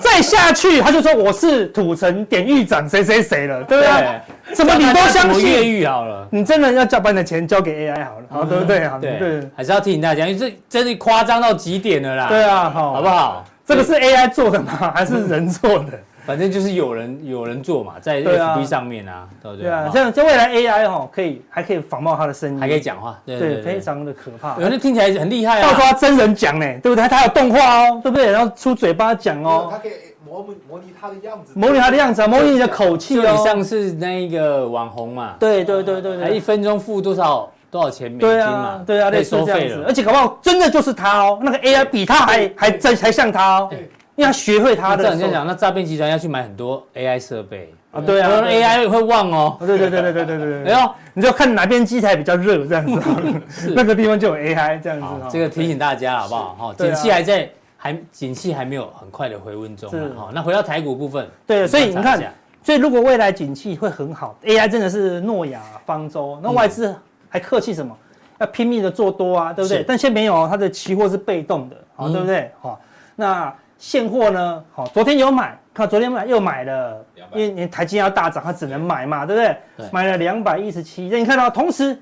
B: 再下去他就说我是土城典狱长谁谁谁了，对不对？
A: 对，啊
B: 什么你都相
A: 我越
B: 信，
A: 狱好了。
B: 你真的要叫把你的钱交给 AI 好了，好对不对？好
A: 对啊
B: 对，
A: 还是要提醒大家，因为这真的夸张到极点了啦，
B: 对，啊，好，
A: 好不？嗯好？
B: 这个是 AI 做的吗？还是人做的？
A: 反正就是有人有人做嘛，在
B: 对啊
A: FB 上面啊，对不对？
B: 对啊
A: 好，
B: 像像未来 AI 哈，可以还可以仿冒他的声音，
A: 还可以讲话，对
B: 对，
A: 对
B: 非
A: 对对，
B: 常的可怕。
A: 有人听起来很厉害
B: 到时候
A: 啊，
B: 他真人讲呢，对不对？他有动画哦，对不对？然后出嘴巴讲哦
D: 他，可以模模模拟他的样子，
B: 模拟他的样子啊，模拟你的口气
A: 就你
B: 哦。
A: 上次那一个网红嘛，
B: 对对对对
A: 还一
B: 对，
A: 分钟付多少多少钱美金
B: 对
A: 嘛
B: 啊，，对啊，
A: 被
B: 类似
A: 收
B: 这
A: 费
B: 样子。
A: 了
B: 而，且搞不好真的就是他哦，那个 AI 比他还还真还像他哦
A: 对，
B: 因为他学会他
A: 他
B: 的
A: 这
B: 时候。
A: 样讲，那诈骗集团要去买很多 AI 设备
B: 啊对啊
A: 有人
B: 对啊
A: AI 会忘哦，
B: 哦对对对对对对对
A: 哎
B: 对，
A: 呦，
B: 你就看哪边机台比较热这样子哦， 那个地方就有 AI 这样子
A: 好
B: 哦。
A: 这个提醒大家好不好？哈，
B: 对
A: 景
B: 啊
A: 气还在，还景气还没有很快的回温中
B: 是
A: 啊。好，那回到台股部分，
B: 对，所以
A: 我
B: 你
A: 们观察一
B: 看
A: 下，
B: 所以如果未来景气会很好，AI 真的是诺亚方舟，
A: 嗯
B: 那外资还客气什么？要拼命的做多啊，对不对
A: 是？
B: 但现在没有哦，它的期货是被动的，好、
A: 嗯
B: 对不对？好、那现货呢？好、昨天有买，看昨天买又买了，
C: 200
B: 因为你台积要大涨，它只能买嘛，对不对？
A: 对
B: 买了两百一十七，那你看到、同时。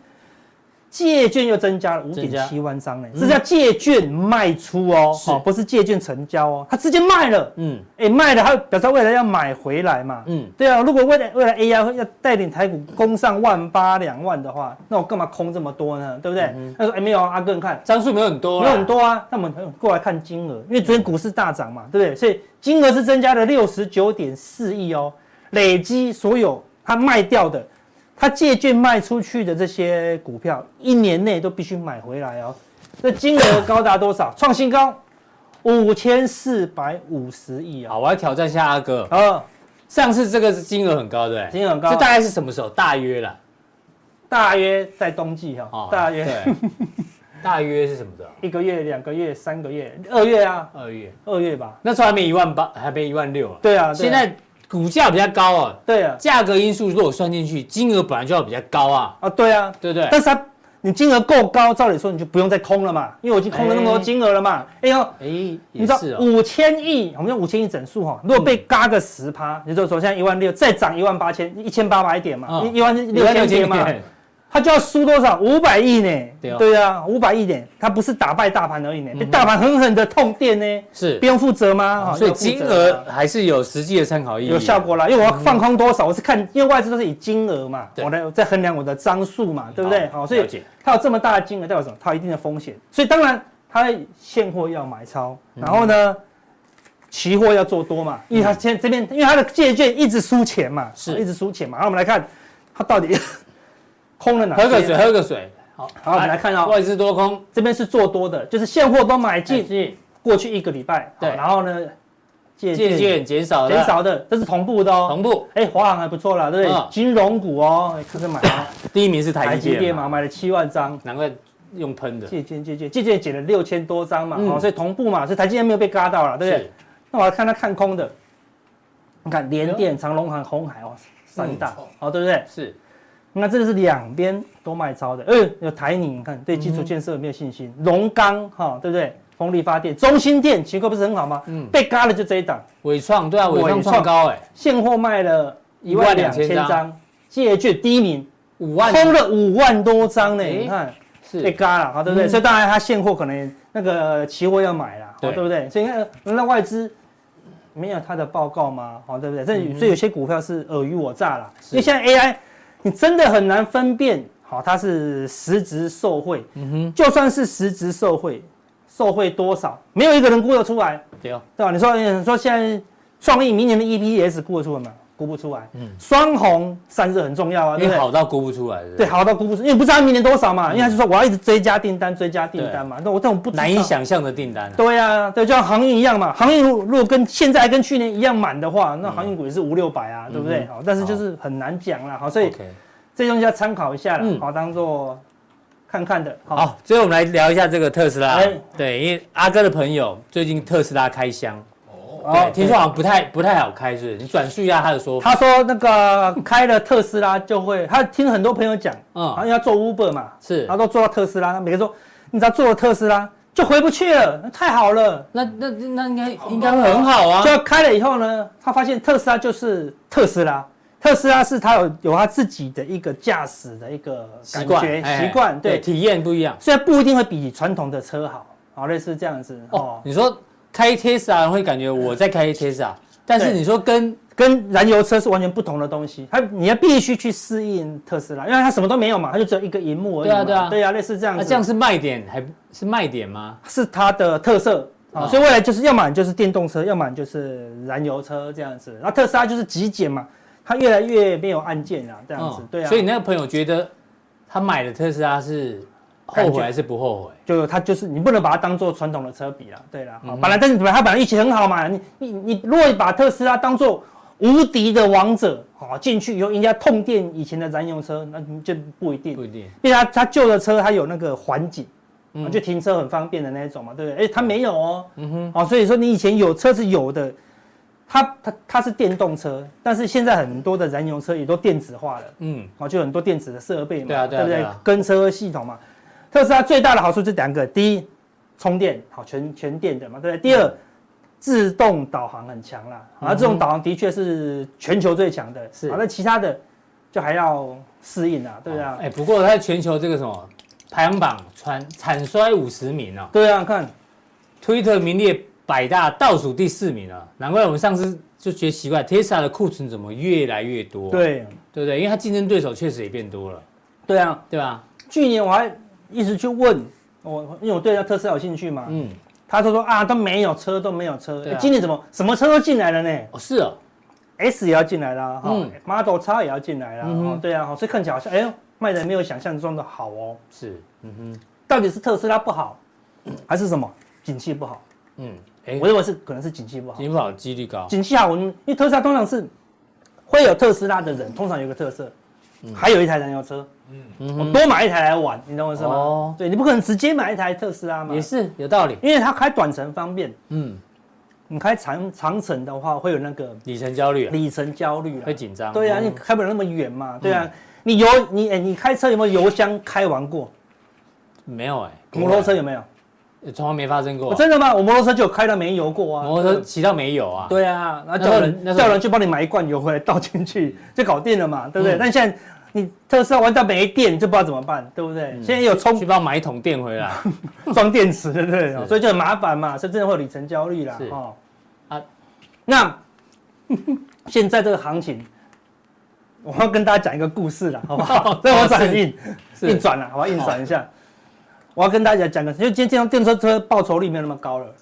B: 借券又增加了五
A: 增
B: 点
A: 加
B: 七万张呢，
A: 嗯
B: 这叫借券卖出哦，
A: 是
B: 好、不是借券成交哦，它直接卖了，
A: 嗯
B: 哎、卖了，它表示它未来要买回来嘛。
A: 嗯，
B: 对啊，如果未来未来 AI 会要带领台股攻上万八两万的话，那我干嘛空这么多呢？对不对？
A: 嗯哼
B: 他说哎、没有啊，阿哥你看
A: 张数没有很多
B: 没
A: 啦，
B: 有很多啊，那我们过来看金额，因为昨天股市大涨嘛，对不对？所以金额是增加了六十九点四亿哦，累积所有他卖掉的，他借券卖出去的这些股票，一年内都必须买回来哦。这金额高达多少？创新高五千四百五十亿啊！
A: 好，我要挑战一下阿哥，
B: 好，
A: 上次这个是金额很高，对不对？
B: 金额很高
A: 这大概是什么时候？大约啦，
B: 大约在冬季哈、
A: 哦，
B: 大约
A: 对，大约是什么时候？
B: 一个月、两个月、三个月，二月啊，
A: 二月，
B: 二月吧。
A: 那时候还没一万八，还没一万六了。
B: 对啊，对啊
A: 现在股价比较高啊，
B: 对啊，
A: 价格因素如果算进去，金额本来就要比较高啊，
B: 啊对啊，
A: 对不对？
B: 但是它你金额够高，照理说你就不用再空了嘛，因为我已经空了那么多金额了嘛。哎呦，
A: 哎，
B: 你
A: 也
B: 知道
A: 是哦，
B: 五千亿，我们用五千亿整数哈，如果被嘎个十趴，也就是说现在一万六，再涨一万八千，一千八百点嘛，
A: 嗯
B: 一万六千点嘛，
A: 点
B: 它就要输多少？五百亿呢？
A: 对哦
B: 对啊，五百亿点，它不是打败大盘而已呢，被
A: 嗯哼
B: 大盘狠狠的痛电呢，
A: 是
B: 不，用负责吗？哈
A: 哦所以
B: 要负责
A: 金
B: 嘛
A: 额还是有实际的参考意义，啊
B: 有效。果啦，因为我要放空多少，我是看，因为外资都是以金额嘛，
A: 对
B: 我来我在衡量我的张数嘛，对不对？
A: 好
B: 好，所以
A: 了解
B: 它有这么大的金额，代表什么？它有一定的风险，所以当然它现货要买超，
A: 嗯
B: 然后呢，期货要做多嘛，因为它现在这边，因为它的借券一直输钱嘛，
A: 是
B: 一直输钱嘛。然后我们来看它到底 空了哪些？
A: 喝个水，，喝个水。好，
B: 好我们来看哦
A: 外资多空
B: 这边是做多的，就是现货都买进，
A: 进，
B: 过去一个礼拜，好
A: 对
B: 然后呢，借
A: 借
B: 鉴
A: 券减少了，
B: 减少的，这是同步的哦。
A: 同步。
B: 哎，华航还不错啦，对
A: 嗯
B: 不对？金融股哦，哎看看买啊，
A: 第一名是台
B: 台
A: 积
B: 积
A: 电
B: 电
A: 嘛，
B: 嘛，买了七万张，
A: 难怪用喷的。
B: 借券借券借券减了六千多张嘛，
A: 嗯
B: 哦，所以同步嘛，所以台积电没有被嘎到了，对不对？
A: 是
B: 那我要看它看空的，你看联电、长隆行、红海哦，三大
D: 嗯
B: 哦，对不对？
A: 是，
B: 那这个是两边都卖超的，嗯，有台泥，你看对基础建设有没有信心？龙钢哈，对不对？风力发电、中心电情况不是很好吗？
A: 嗯，
B: 被嘎了就这一档，
A: 伟创对啊，
B: 伟
A: 伟创
B: 创
A: 创高哎，
B: 现货卖了一万两千
A: 12,000张
B: 张，借券第一名，
A: 五万
B: 空了五万多张呢，
A: 哎
B: 你看被
A: 是
B: 嘎了，好对不对？
A: 嗯
B: 所以当然它现货可能那个期货要买啦，
A: 对
B: 好对不对？所以你看那外资没有它的报告吗？好对不对？
A: 嗯
B: 这
A: 哼
B: 所以有些股票是尔虞我诈啦，
A: 是
B: 因为现在 AI 你真的很难分辨，好它是实质受贿，
A: 嗯哼，
B: 就算是实质受贿，受贿多少，没有一个人估得出来。
A: 对哦，
B: 对吧？你说你说现在创意明年的 EPS 估得出来吗？估不出来。
A: 嗯
B: 嗯，双红散热很重要啊，对
A: 因
B: 不
A: 为
B: 对？
A: 好到估不出来，
B: 对，，好到估不出，因为不知道它明年多少嘛，因为他就说我要一直追加订单，追加订单嘛。那我这种不知道
A: 难以。想象的订单啊，
B: 对啊，对，就像航运一样嘛，航运如如果跟现在跟去年一样满的话，那航运股也是五六百啊，对不
A: 嗯
B: 对？
A: 嗯哼
B: 好，但是就是很难讲啦。好，所以
A: OK
B: 这东西要参考一下啦
A: 嗯，
B: 好，当做看看的。
A: 好，最后我们来聊一下这个特斯拉
B: 哎。
A: 对，因为阿哥的朋友最近特斯拉开箱，
D: 哦，
A: 对，
B: 哦，
A: 听说好像不太不太好开，是不是？你转述一下他的说法。
B: 他说那个开了特斯拉就会，他听很多朋友讲，好
A: 嗯，
B: 像要做 Uber 嘛，
A: 是
B: 然。后都做到特斯拉，每个说你只要做了特斯拉就回不去了，那太好了。
A: 那那那应该应该会很好啊
B: 就。要开了以后呢，他发现特斯拉就是特斯拉，特斯拉是他有有他自己的一个驾驶的一个
A: 习
B: 感
A: 惯
B: 觉
A: 哎
B: 习惯，对，
A: 体验不一样。
B: 虽然不一定会比传统的车好，好类似这样子
A: 哦
B: 哦，，
A: 你说开 Tesla 会感觉我在开 Tesla，但是
B: 对
A: 你说跟
B: 跟燃油车是完全不同的东西，它你要必须去适应特斯拉，因为它什么都没有嘛，它就只有一个荧幕而已
A: 对啊
B: 嘛
A: 对啊
B: 对啊，类似这样
A: 那
B: 子，
A: 这样是卖点还是卖点吗？
B: 是它的特色
A: 哦
B: 啊，所以未来就是要么你就是电动车，要么你就是燃油车这样子。然后特斯拉就是极简嘛，它越来越没有按键啦，这样子
A: 嗯，
B: 对啊，
A: 所以你那个朋友觉得他买的特斯拉是后
B: 感
A: 悔
B: 觉
A: 还是不后悔？
B: 就它就是你不能把它当做传统的车比啦，对啦，好
A: 嗯
B: 本来但是本来它本来预期很好嘛，你你你如果把特斯拉当做无敌的王者，好进去以后人家痛电以前的燃油车，那你就不一定
A: 不，一定。
B: 因为它它旧的车它有那个环景。
A: 嗯
B: 啊就停车很方便的那一种嘛，对不对？哎，它没有哦，
A: 嗯哼，
B: 哦，所以说你以前有车是有的，它它它是电动车，但是现在很多的燃油车也都电子化了，
A: 嗯，
B: 哦，就很多电子的设备嘛，
A: 对啊对啊
B: 不对？
A: 对啊
B: 跟车系统嘛，特斯拉最大的好处是两个，第一，充电好全全电的嘛，对不对？第
A: 嗯
B: 二，自动导航很强啦，啊，自动导航的确是全球最强的，
A: 是
B: 好，那其他的就还要适应啊，对不对啊？
A: 哎，不过在全球这个什么排行榜产产衰五十名啊
B: 对啊，看
A: ，Twitter 名列百大倒数第四名啊，难怪我们上次就觉得奇怪，Tesla 的库存怎么越来越多？啊
B: 对
A: 对不对？因为它竞争对手确实也变多了，
B: 对啊，
A: 对吧？
B: 去年我还一直去问我，因为我对那特斯拉有兴趣嘛，
A: 嗯，
B: 他就说啊，都没有车，都没有车。
A: 对啊
B: 诶今年怎么什么车都进来了呢
A: 哦，是哦，
B: ？S 也要进来啦，哈、
A: 嗯
B: m o d e l X 也要进来啦、
A: 嗯哼
B: 哦，对啊，所以看起来好像，哎呦，卖的没有想象中的好哦。
A: 是，嗯哼，
B: 到底是特斯拉不好，还是什么景气不好？
A: 嗯，哎
B: 我，认为是可能是景气不好。
A: 金宝几率高，
B: 景气好，我们因为特斯拉通常是会有特斯拉的人，通常有个特色，还有一台燃油车，
A: 嗯
B: 我
A: 哼，
B: 多买一台来玩，你懂我意思吗？
A: 哦
B: 对你不可能直接买一台特斯拉嘛，
A: 也是有道理，
B: 因为它开短程方便，
A: 嗯，
B: 你开长长程的话会有那个
A: 里程焦虑啊
B: 里程焦虑啊
A: 会，嗯紧张，
B: 对啊，
A: 嗯
B: 你开不了那么远嘛，对啊，你油你哎，你开车有没有油箱开完过？
A: 没有哎，
B: 摩托车有没有？
A: 从来没发生过
B: 我
A: 啊，
B: 真的吗？我摩托车就有开到没油过啊，
A: 摩托车骑到没有啊，，
B: 对啊，
A: 那
B: 然后
A: 时候那
B: 叫人
A: 时候
B: 叫人去帮你买一罐油回来倒进去，就搞定了嘛，对不对
A: 嗯？
B: 但现在你特斯拉玩到没电就不知道怎么办，对不对？
A: 嗯
B: 现在有充
A: 去帮我买一桶电回来
B: 装电池，对不对哦
A: 是？
B: 所以就很麻烦嘛，所以真的会有里程焦虑啦
A: 是。
B: 哦，
A: 啊
B: 啊，那 现在这个行情，我要跟大家讲一个故事啦， 好 不好？ 这我转运
A: 哦是哦
B: 运转了，好吧，运转一下。我要跟大家讲个，因为今天电动电动车报酬率没有那么高了，我哦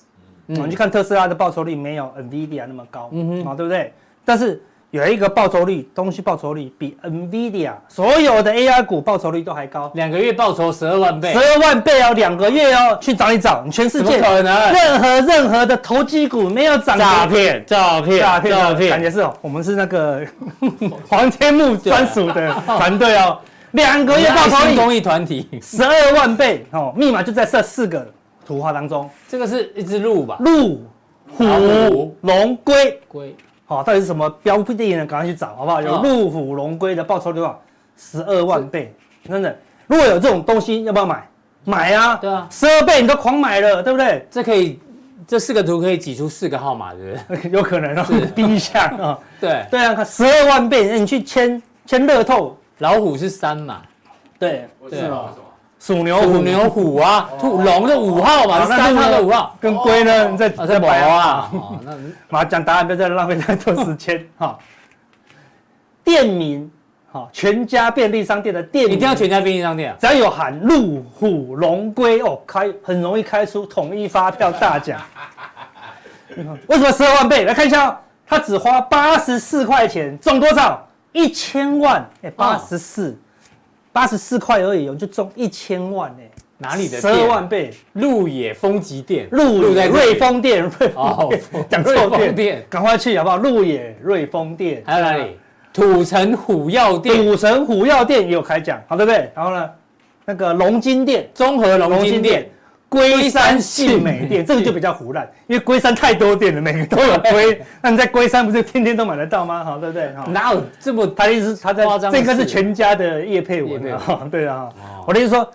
A: 嗯
B: 们去看特斯拉的报酬率没有 NVIDIA 那么高，
A: 嗯
B: 嗯
A: 哼
B: 好，对不对？但是有一个报酬率，东西报酬率比 NVIDIA 所有的 AI 股报酬率都还高，
A: 两个月报酬十二万倍
B: 十，二万倍哦，两个月哦，去找一找，你全世
A: 怎么
B: 界
A: 可能？哎
B: 任何任何的投机股没有涨
A: 诈
B: 过。
A: 骗，诈骗，
B: 诈骗
A: 诈
B: 的，感
A: 骗，
B: 觉是哦，我们是那个 黄天木专属 的团队哦，两个月报酬
A: 新
B: 率
A: 公益团体，
B: 十二万倍哦，密码就在这四个图画当中，
A: 这个是一只鹿吧？
B: 鹿、虎
A: 虎、
B: 龙、龟，
A: 龟，
B: 好、到底是什么标的呢？赶快去找，好不好？有
A: 嗯
B: 路虎、龙龟的报酬率多少？十二万倍，真的。如果有这种东西，要不要买？买啊！
A: 对啊
B: 十二倍你都狂买了，对不对？
A: 这可以，这四个图可以挤出四个号码，对不对？
B: 有可能哦，第一项啊，
A: 对，
B: 对啊，十二万倍，你去签签乐透，
A: 老虎是三嘛，
B: 对，
C: 我
A: 对
C: 知道哦是什啊么，
B: 属牛、
A: 虎、牛、虎啊，兔、龙的五号嘛，
B: 好
A: 是
B: 哦那
A: 三
B: 鹿呢
A: 号的五号，
B: 跟龟呢，你再
A: 啊，这
B: 再
A: 毛
B: 摆
A: 啊，哦那
B: 马上讲答案，不要再浪费太多时间哈、店名，哈、全家便利商店的店
A: 一
B: 名
A: 定要全家便利商店啊，
B: 只要有喊路虎龙龟哦，开很容易开出统一发票大奖。 为什么十二万倍？来看一下、哦，他只花八十四块钱，中多少？一千万，哎、
A: 哦
B: 八十四，八十四块而已哦，你就中一千万哎、
A: 哪里的
B: 十二
A: 店
B: 万倍，
A: 鹿野风极店，
B: 鹿野
A: 在
B: 瑞
A: 瑞丰，
B: 丰店，瑞丰
A: 哦
B: 店，讲
A: 瑞
B: 错
A: 丰
B: 店，
A: 店，
B: 赶快去好不好？鹿野瑞丰店，
A: 还有哪里？土城虎药店、
B: 赌神虎药店也有开奖，好对不对？然后呢，那个龙金店，
A: 综合龙
B: 龙
A: 金
B: 金店
A: 店、。
B: 龟山信美店，这个就比较胡乱，因为龟山太多店了，每个都有 龟。那你在龟山不是天天都买得到吗？好，对不对？哈，
A: 哪有这么
B: 他的意思是他在
A: 夸张的
B: 这
A: 事
B: 个是全家的叶配文
A: 业
B: 啊，
A: 配
B: 哈 对啊
A: 哦。
B: 我的意思说，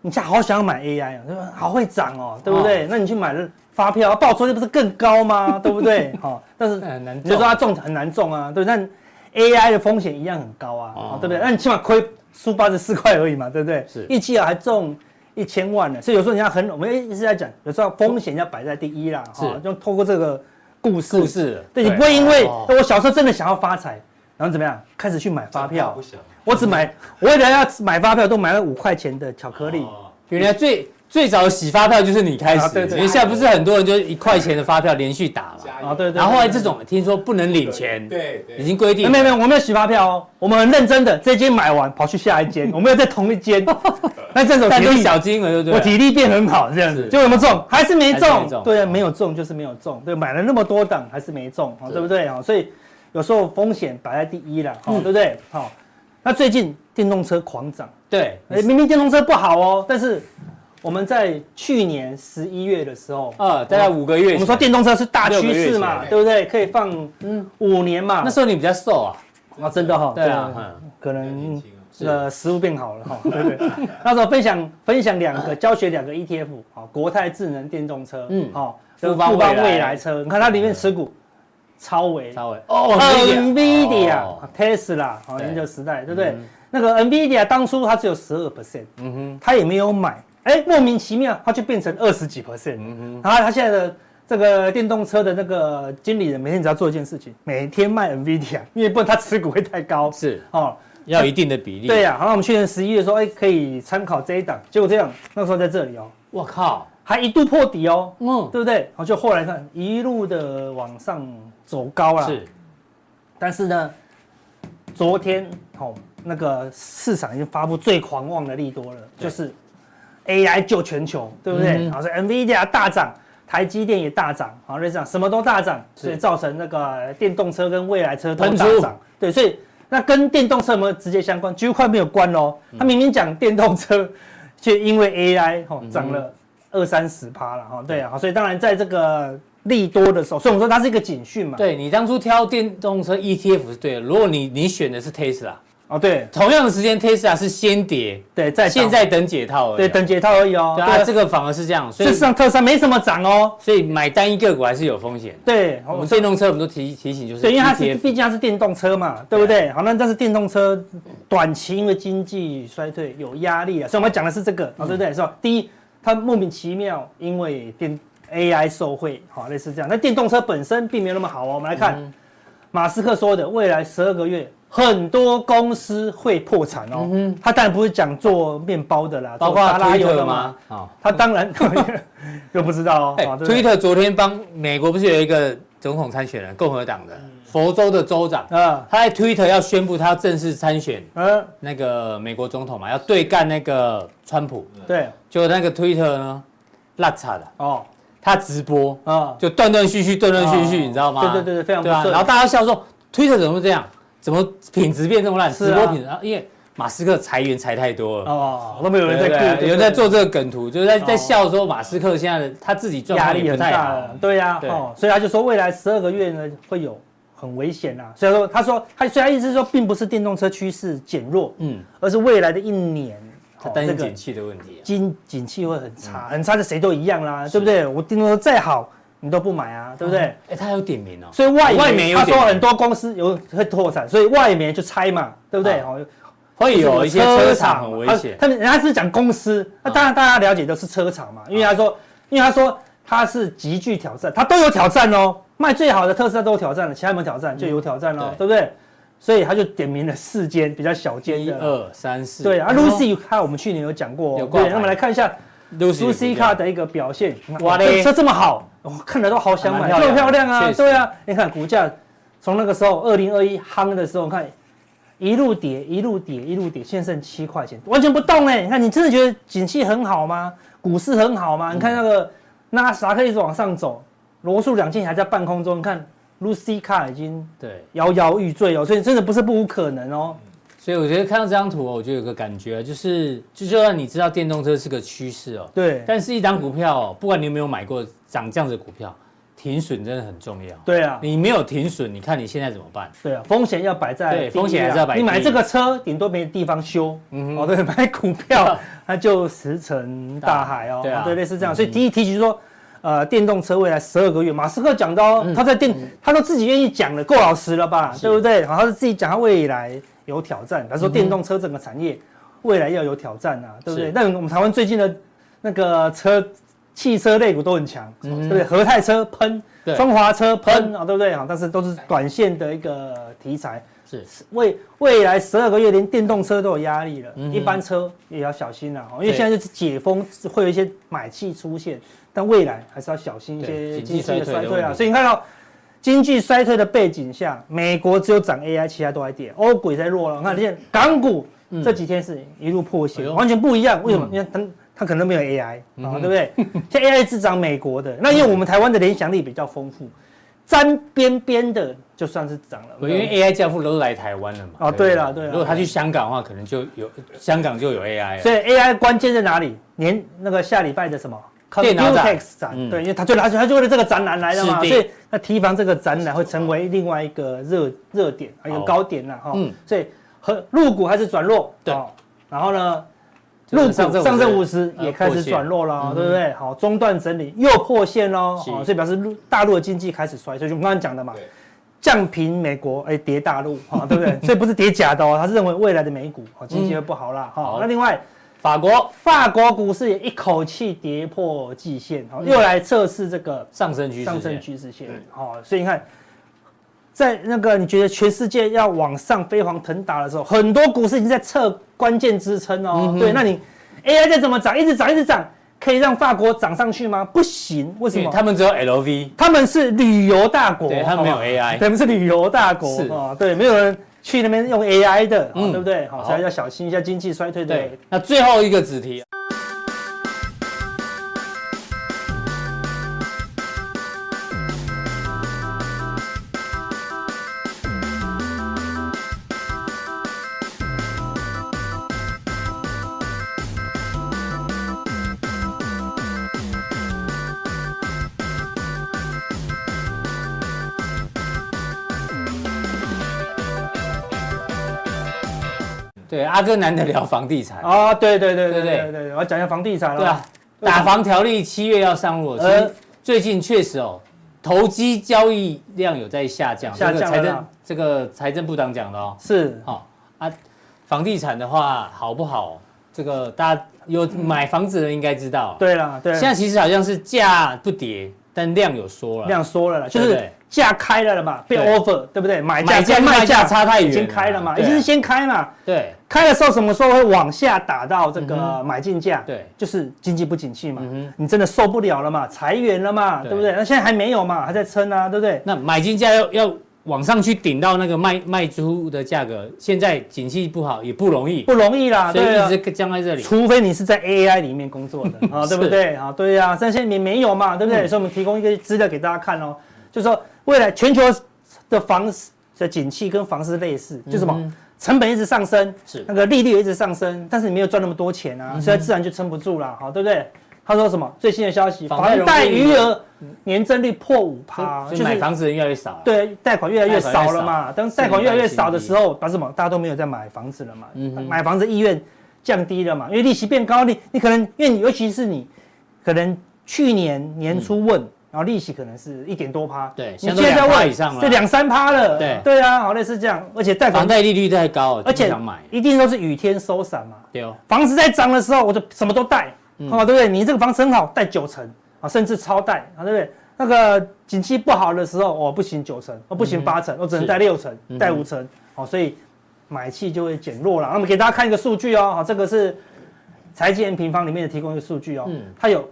B: 你现在好想买 AI 啊，对吧好会涨哦，对不对？那你去买了发票，报酬率不是更 高吗？对不对？哈，但是
A: 很难
B: 你就
A: 做
B: 说？它中很难中啊，对，但 AI 的风险一样很高啊，
A: 哦
B: 哦对不对？那你起码亏输八十四块而已嘛，对不对？
A: 是
B: 一期啊还中一千万呢，所以有时候人家很，我们一直在讲，有时候风险要摆在第一啦，
A: 是
B: 哈，就透过这个故事，
A: 故事，
B: 对你不会因为哎
A: 哦
B: 我小时候真的想要发财，然后怎么样开始去买发票
D: 不，想，
B: 我只买，我为了要买发票都买了五块钱的巧克力，
D: 哦
A: 原来最最早洗发票就是你开始
B: 啊，对对
A: 因为现在不是很多人就是一块钱的发票连续打嘛，
D: 加油
B: 啊对对
A: 然后后来这种听说不能领钱，
D: 对对，
A: 已经规定
B: 欸
A: 了
B: 没有没有，我没有洗发票哦，我们很认真的，这间买完跑去下一 间，我没有在同一间，那这种
A: 但
B: 体
A: 都是
B: 力
A: 小金额，对不对？
B: 我体力变很好，这样子
A: 是
B: 就有没有中？还是没
A: 还是没
B: 中
A: 中？
B: 对啊，没有中就是没有中，对，买了那么多档还是没中，哦
A: 是
B: 对不对？哦，所以有时候风险摆在第一了，
A: 嗯
B: 哦对不对？好，那最近电动车狂涨，
A: 对，
B: 哎，明明电动车不好哦，但是我们在去年十一月的时候，
A: 呃，大概五个月前，
B: 我们说电动车是大趋势嘛，对
D: 六
B: 不对？可以放
A: 嗯
B: 五年嘛
A: 那，时候你比较瘦啊，
B: 啊，真的哈，
A: 对啊，，嗯哦
B: 可
D: 很
B: 能
D: 年轻啊
A: 是
B: 呃，食物变好 了哈，对不对？那时候分享分享两个教学两个 E ETF，好，哦国泰智能电动车，
A: 嗯
B: 嗯，好，
A: 富邦
B: 富邦
A: 未来嗯
B: 未来车，你看它里面持股，超微、
A: 稍微哦那一点
B: NVIDIA
A: 哦、
B: Tesla，好，
A: 对
B: 研究时代，对不对
A: 嗯？
B: 那个 NVIDIA 当初它只有十二 percent，
A: 嗯哼，
B: 它也没有买，哎，莫名其妙它就变成二十几 percent，
A: 嗯哼，
B: 然后他现在的这个电动车的那个经理人，每天只要做一件事情，每天卖 NVIDIA，因为 不然他持股会太高，
A: 是
B: 哦。
A: 要有一定的比例。
B: 对，呀、好，那我们去年十一月说，哎，可以参考这一档，结果这样，那时候在这里哦，
A: 我靠，
B: 还一度破底哦，
A: 嗯，
B: 对不对？好，就后来看一路的往上走高啦。，
A: 是
B: 但是呢，昨天哦，那个市场已经发布最狂妄的利多了，
A: 对
B: 就是 AI 救全球，对不对？
A: 嗯
B: 好、所以 NVIDIA 大涨，台积电也大涨，好，类似这样，什么都大涨，
A: 是
B: 所以造成那个电动车跟未来车都
A: 喷
B: 大
A: 出
B: 涨。对，所以那跟电动车有没有直接相关？几乎快没有关喽。
A: 嗯
B: 他明明讲电动车，却因为 AI 哦
A: 嗯
B: 涨了二三十趴了哈。对啊，好所以当然在这个利多的时候，所以我们说它是一个警讯嘛。
A: 对你当初挑电动车 ETF 是对的，如果你你选的是 Tesla，
B: 哦，对
A: 同样的时间 Tesla 是先跌，
B: 对，在
A: 现在等解套而已。啊
B: 对，等解套而已哦。
A: 对
B: 对
A: 啊，
B: 啊，
A: 这
B: 这
A: 个反而是这样，所以
B: 事实上特斯拉没什么涨哦。
A: 所以买单一个股还是有风险。
B: 对，
A: 我
B: 我
A: 们
B: 们
A: 电动车我们都提提醒，就是
B: 哦
A: E
B: 对，因为它是
A: ETF
B: 毕竟它是电动车嘛，对不对？好，那但是电动车短期因为经济衰退有压力啊，所以我们讲的是这个，
A: 嗯
B: 好，对不对？是吧？第一，它莫名其妙因为电 AI 受惠，好，类似这样。那电动车本身并没有那么好哦。我们来看
A: 嗯
B: 马斯克说的，未来十二个月很多公司会破产哦。他当然不是讲做面包的啦，
A: 嗯包
B: 做
A: 括
B: 沙拉
A: Twitter
B: 油的嘛
A: 吗？？好，
B: 他当然又不知道哦哦
A: 哎。
B: 好对不对
A: ，Twitter 昨天帮美国不是有一个总统参选人，共和党的佛州的州长，
B: 啊，
A: 他在 Twitter 要宣布他要正式参选
B: 呃，
A: 那个美国总统嘛，要对干那个川普，
B: 对，
A: 就那个 Twitter 呢，烂惨了，
B: 哦，
A: 他直播
B: 啊，
A: 就断断续续，断断续续，
B: 哦
A: 你知道吗？
B: 对对对对，非常不
A: 对啊，
B: 顺
A: 然后大家笑说，Twitter 怎么会这样？怎么品质变这么烂？
B: 是
A: 直
B: 啊
A: 播品质，啊因为马斯克裁员裁太多了。
B: 哦，都没有人在
A: 对对
B: 顾，
A: 对有
B: 对
A: 人在做这个梗图，就是在在
B: 哦
A: 笑说马斯克现在的他自己状
B: 压
A: 况
B: 力
A: 也不
B: 很
A: 太
B: 大
A: 好，
B: 了，对呀、
A: 对
B: 哦，所以他就说未来十二个月呢会有很危险啊。所以说他说他所以他意思是说，并不是电动车趋势减弱，
A: 嗯，
B: 而是未来的一年，
A: 他
B: 哦
A: 担
B: 这
A: 心嗯
B: 个
A: 景气的问题啊。
B: 经景气会很差，很差的谁都一样啦，对不对？我电动车再好，你都不买啊，对不对？
A: 哎、他有点名哦，
B: 所以外
A: 外媒有
B: 他
A: 点
B: 说很多公司有会拓展，所以外媒就猜嘛，对不对？
A: 啊
B: 哦，
A: 会有一些车厂很
B: 嘛
A: 危
B: 他
A: 险。
B: 啊
A: 啊
B: 他们人家是讲公司，那当然大家了解都是车厂嘛，因为他说，因为他说他是极具挑战，他都有挑战哦，卖最好的特斯拉都有挑战了，其他有没有挑
A: 嗯
B: 战就有挑战哦，对不对？所以他就点名了四间比较小间
A: 一
B: 的。
A: 二三四，
B: 对啊，Lucy 他我们去年有讲过
A: 有
B: 哦，
A: 挂
B: 对，
A: 牌
B: 那我们来看一下 Lucy 卡
A: 卡
B: 的一个表现。
A: 哇
B: 哇，
A: 嘞
B: 这车这么好，我看了都好想买，
A: 还蛮漂亮
B: 这么漂亮
A: 的
B: 啊！
A: 确实
B: 对啊，你看股价从那个时候二零二一夯的时候，你看一路跌，一路跌，一路跌，现在剩七块钱，完全不动哎！你看，你真的觉得景气很好吗？股市很好吗？你看那个纳斯达克一直往上走，罗素两千还在半空中，你看 Lucy 卡已经
A: 对，
B: 摇摇欲坠哦，所以真的不是不无可能哦。
A: 所以我觉得看到这张图哦，我就有个感觉，就是就就算你知道电动车是个趋势哦，
B: 对，
A: 但是一张股票哦，不管你有没有买过涨这样子的股票，停损真的很重要。
B: 对啊，
A: 你没有停损，你看你现在怎么办？
B: 对啊，风险要摆在
A: 对
B: 第一啊
A: 风险还是要摆第一
B: 你买这个车，顶多没地方修。
A: 嗯
B: 嗯，
A: 哼
B: 哦，对， 买股 票它就石沉大海哦。
A: 对啊
B: 哦对，类似这样。
A: 嗯
B: 所以第一提及说，呃，电动车未来十二个月，马斯克讲到他在电，他都自己愿意讲了，够老实了吧？
A: 嗯是嗯
B: 对不对？好，他是自己讲他未来有挑战，他说电动车整个产业未来要有挑战啊，对不
A: 是
B: 对？那我们台湾最近的那个车。汽车类股都很强，
A: 嗯哼
B: 对不对？和泰车喷
A: 对，
B: 中华车
A: 喷
B: 喷啊，对不对？好，但是都是短线的一个题材，
A: 是
B: 未未来十二个月连电动车都有压力了，
A: 嗯哼
B: 一般车也要小心了、哦，因
A: 对
B: 为现在就是解封会有一些买气出现，但未来还是要小心一些
A: 对
B: 经
A: 经
B: 济
A: 济衰退的
B: 的衰退
A: 问
B: 啊。
A: 题
B: 所以你看到经济衰退的背景下，美国只有涨 AI，其他都在跌，欧股也在弱了。你看，现在港股
A: 嗯
B: 这几天是一路破
A: 哎
B: 线，
A: 呦
B: 完全不一样。为什么
A: 嗯？
B: 因为它它可能没有 AI
A: 嗯
B: 啊
A: 哼，
B: 对不对？像 AI 是涨美国的，那因为我们台湾的联想力比较丰富，沾边边的就算是涨了。
A: 因为 AI 教父都来台湾了嘛。
B: 哦
A: 不
B: 对啦对啦
A: 如果他去香港的话，可能就有香港就有 AI
B: 所
A: 了。
B: 以 AI 关键在哪里？年那个下礼拜的什么
A: 电脑展
B: Computex
A: 嗯
B: 展，对，因为他就他就他就为了这个展览来的嘛，
A: 是
B: 所
A: 的
B: 以那提防这个展览会成为另外一个热热点，一个
A: 好
B: 高点了哈
A: 嗯。
B: 所以和入股还是转弱，
A: 对
B: 哦。然后呢，
A: 就是
B: 入股
A: 上证
B: 上证
A: 五
B: 五
A: 十
B: 十也开
A: 呃破
B: 始
A: 线
B: 转弱
A: 嗯
B: 了
A: 哼，
B: 对不对？好，中断整理又破线喽，
A: 是
B: 哦所以表示陆大陆的经济开始衰退，就我们刚刚讲的嘛
D: 对。
B: 降平美国，哎，跌大陆，哈，对不 对？所以不是跌假的哦，他是认为未来的美股，哦，经济会不好啦，
A: 嗯好
B: 哈。那另外，
A: 法国
B: 法国股市也一口气跌破季线，哦，
A: 嗯
B: 又来测试这个
A: 上升趋势，
B: 上升趋势线，哦，所以你看，在那个你觉得全世界要往上飞黄腾达的时候，很多股市已经在测关键支撑哦。
A: 嗯哼
B: 对，那你 AI 再怎么涨，一直涨，一直涨，可以让法国涨上去吗？不行，为什
A: 因为
B: 么？
A: 他们只有 LV，
B: 他们是旅游大国，
A: 对他们没有
B: 好不好
A: AI
B: 对他们是旅游大国
A: 是
B: 哦，对，没有人去那边用 AI 的，哦
A: 嗯
B: 对不对？好，
A: 好
B: 所以要小心一下经济衰退的
A: 对，那最后一个子题，对阿哥难得聊房地产，
B: 啊，对对对
A: 对
B: 对
A: 对
B: 对对对，我要讲一下房地产了。
A: 对啊，打房条例七月要上路，其
B: 呃
A: 实最近确实哦，投机交易量有在下降，
B: 下
A: 这个
B: 降了
A: 财政
B: 啦
A: 这个财政部长讲的哦，
B: 是
A: 好、啊，房地产的话好不好？这个大家有买房子的应该知道，，啊
B: 对啦，对。
A: 现在其实好像是价不跌，但量有缩了，
B: 量缩了啦，就
A: 对不
B: 是
A: 对
B: 价开了了嘛，被
A: 对
B: offer 对不对？买价
A: 买价跟
B: 跟卖
A: 卖
B: 价
A: 价差太远
B: 已
A: 了，
B: 经开了嘛，已
A: 对
B: 经是先开嘛，
A: 对
B: 开的时候什么时候会往下打到这个
A: 嗯
B: 买进价？
A: 对，
B: 就是经济不景气嘛
A: 嗯，哼。
B: 你真的受不了了嘛，裁员了嘛，
A: 对
B: 对不对？那现在还没有嘛，还在撑啊，对不对？
A: 那买进价要要往上去顶到那个卖卖出的价格，现在景气不好也不容易，
B: 不容易啦，
A: 所
B: 对啊
A: 以一。直僵在这里。
B: 除非你是在 AI 里面工作 的啊，对不对啊？对呀、啊，但现在你没有嘛，对不对？
A: 嗯
B: 所以我们提供一个资料给大家看哦，就是说未来全球的房市的景气跟房市类似，就是什么、
A: 嗯哼
B: 成本一直上升，
A: 是嗯
B: 那个利率也一直上升，但是你没有赚那么多钱啊，所以自然就撑不住了，好，对不对？他说什么？最新的消息，
A: 房
B: 房
A: 贷融
B: 贷
A: 资
B: 余额年增率破五趴，
A: 所以买房子的人越来越少了。
B: 对，贷款越来越
A: 贷
B: 少了
A: 款越来
B: 嘛。
A: 越少
B: 当贷款越来越少的时候，把什么？大家都没有在买房子了嘛。
A: 嗯哼
B: 买房子意愿降低了嘛，因为利息变高，你你可能因为你尤其是你可能去年年初问，然后利息可能是一点多趴，
A: 嗯对
B: 你
A: 现在
B: 现
A: 都
B: 在
A: 2%
B: 问
A: 以上了
B: 就两三趴了。
A: 对啊
B: 对啊，好类似这样，而且贷
A: 房
B: 款
A: 贷利率太高了，
B: 而且
A: 不想买。
B: 一定都是雨天收伞嘛。
A: 对哦，
B: 房子在涨的时候，我就什么都贷，
A: 嗯
B: 好、对不对？你这个房子很好，贷九成啊，甚至超贷啊，对不对？那个景气不好的时候，哦，不行九成，哦，不
A: 嗯
B: 行八成，我只能贷六成，贷五成，哦，所以买气就会减弱了。那我们给大家看一个数据哦，好、这个是财经 M 平方里面的提供一个数据哦，
A: 嗯
B: 它有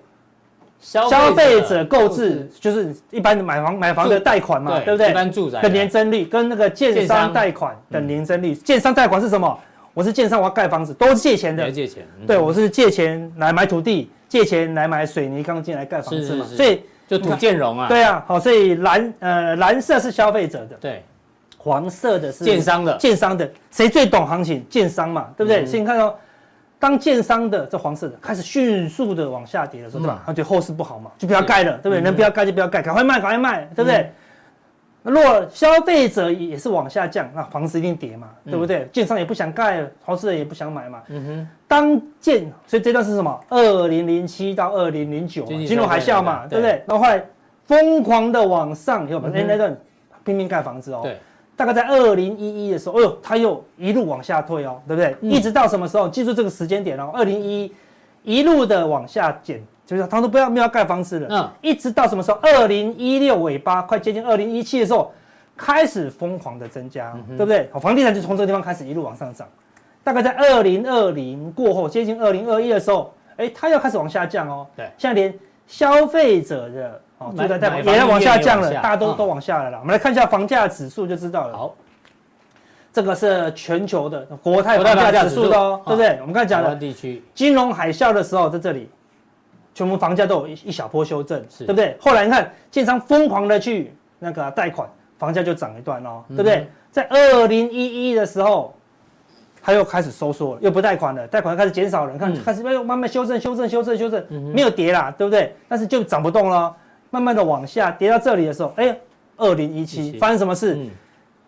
A: 消
B: 消费者购置，就是一般的买房买房的贷款嘛，对不
A: 一
B: 对？
A: 般住宅
B: 的年增率跟那个建
A: 建商嗯
B: 商贷款的年增率，建商贷款是什么？我是建商，我要盖房子，都是借钱
A: 你要
B: 的，
A: 借钱，嗯
B: 对，我是借钱来买土地，借钱来买水泥钢筋来盖房子
A: 是
B: 嘛，
A: 是是
B: 所以
A: 就土建融啊，
B: 对啊，好，所以蓝呃蓝色是消费者的，
A: 对，
B: 黄色的是
A: 建商的
B: 建商的谁最懂行情？建商嘛，对不对？
A: 嗯
B: 所以你看到、当建商的这黄色的开始迅速的往下跌的时候，对吧
A: 嗯？
B: 他觉得后市不好嘛，就不要盖了，对不对？能不要盖就不要盖，赶快卖，赶快卖，对不对
A: 嗯？
B: 那如果消费者也是往下降，那房子一定跌嘛，对不对？建商也不想盖，投资人也不想买嘛。
A: 嗯哼，
B: 当建，所以这段是什么？二零零七到二零零九
A: 经济
B: 金融海啸嘛，
A: 对对
B: 对不
A: 对
B: 对？然后后来疯狂的往上，有没
A: 嗯
B: 有？
A: 哼
B: 哎那段拼命盖房子哦，
A: 对，
B: 大概在二零一一的时候，哎呦，它又一路往下退哦，对不对？
A: 嗯
B: 一直到什么时候？记住这个时间点哦，二零一一路的往下减，就是他都不要没有要盖房子了，
A: 嗯
B: 一直到什么时候？二零一六尾巴快接近二零一七的时候，开始疯狂的增加，
A: 嗯
B: 对不对？好，哦房地产就从这个地方开始一路往上涨，大概在二零二零过后，接近二零二一的时候，哎，它又开始往下降哦，
A: 对
B: 现在连消费者的哦，
A: 买
B: 住宅贷
A: 买
B: 款
A: 房
B: 也在往下降
A: 意愿也往
B: 了，
A: 下
B: 大家都
A: 嗯
B: 都往下了啦。我们来看一下房价指数就知道了。
A: 好，
B: 这个是全球的国泰
A: 国泰
B: 房
A: 房价
B: 价指
A: 指
B: 数
A: 数嗯
B: 的哦，对不对？我们刚才
A: 台
B: 讲
A: 湾
B: 了，
A: 地区
B: 金融海啸的时候，在这里，全部房价都有一一小波修正，
A: 是
B: 对不对？后来你看，建商疯狂的去那个贷款，房价就涨一段哦，对不
A: 嗯
B: 对？在二零一一的时候，他又开始收缩了，又不贷款了，贷款开始减少了，你看
A: 嗯
B: 开始慢慢修正、修正、修正、修正
A: 嗯哼，
B: 没有跌啦，对不对？但是就涨不动了哦，慢慢的往下跌到这里的时候，哎，二零一七
A: 17
B: 发生什么事？
A: 嗯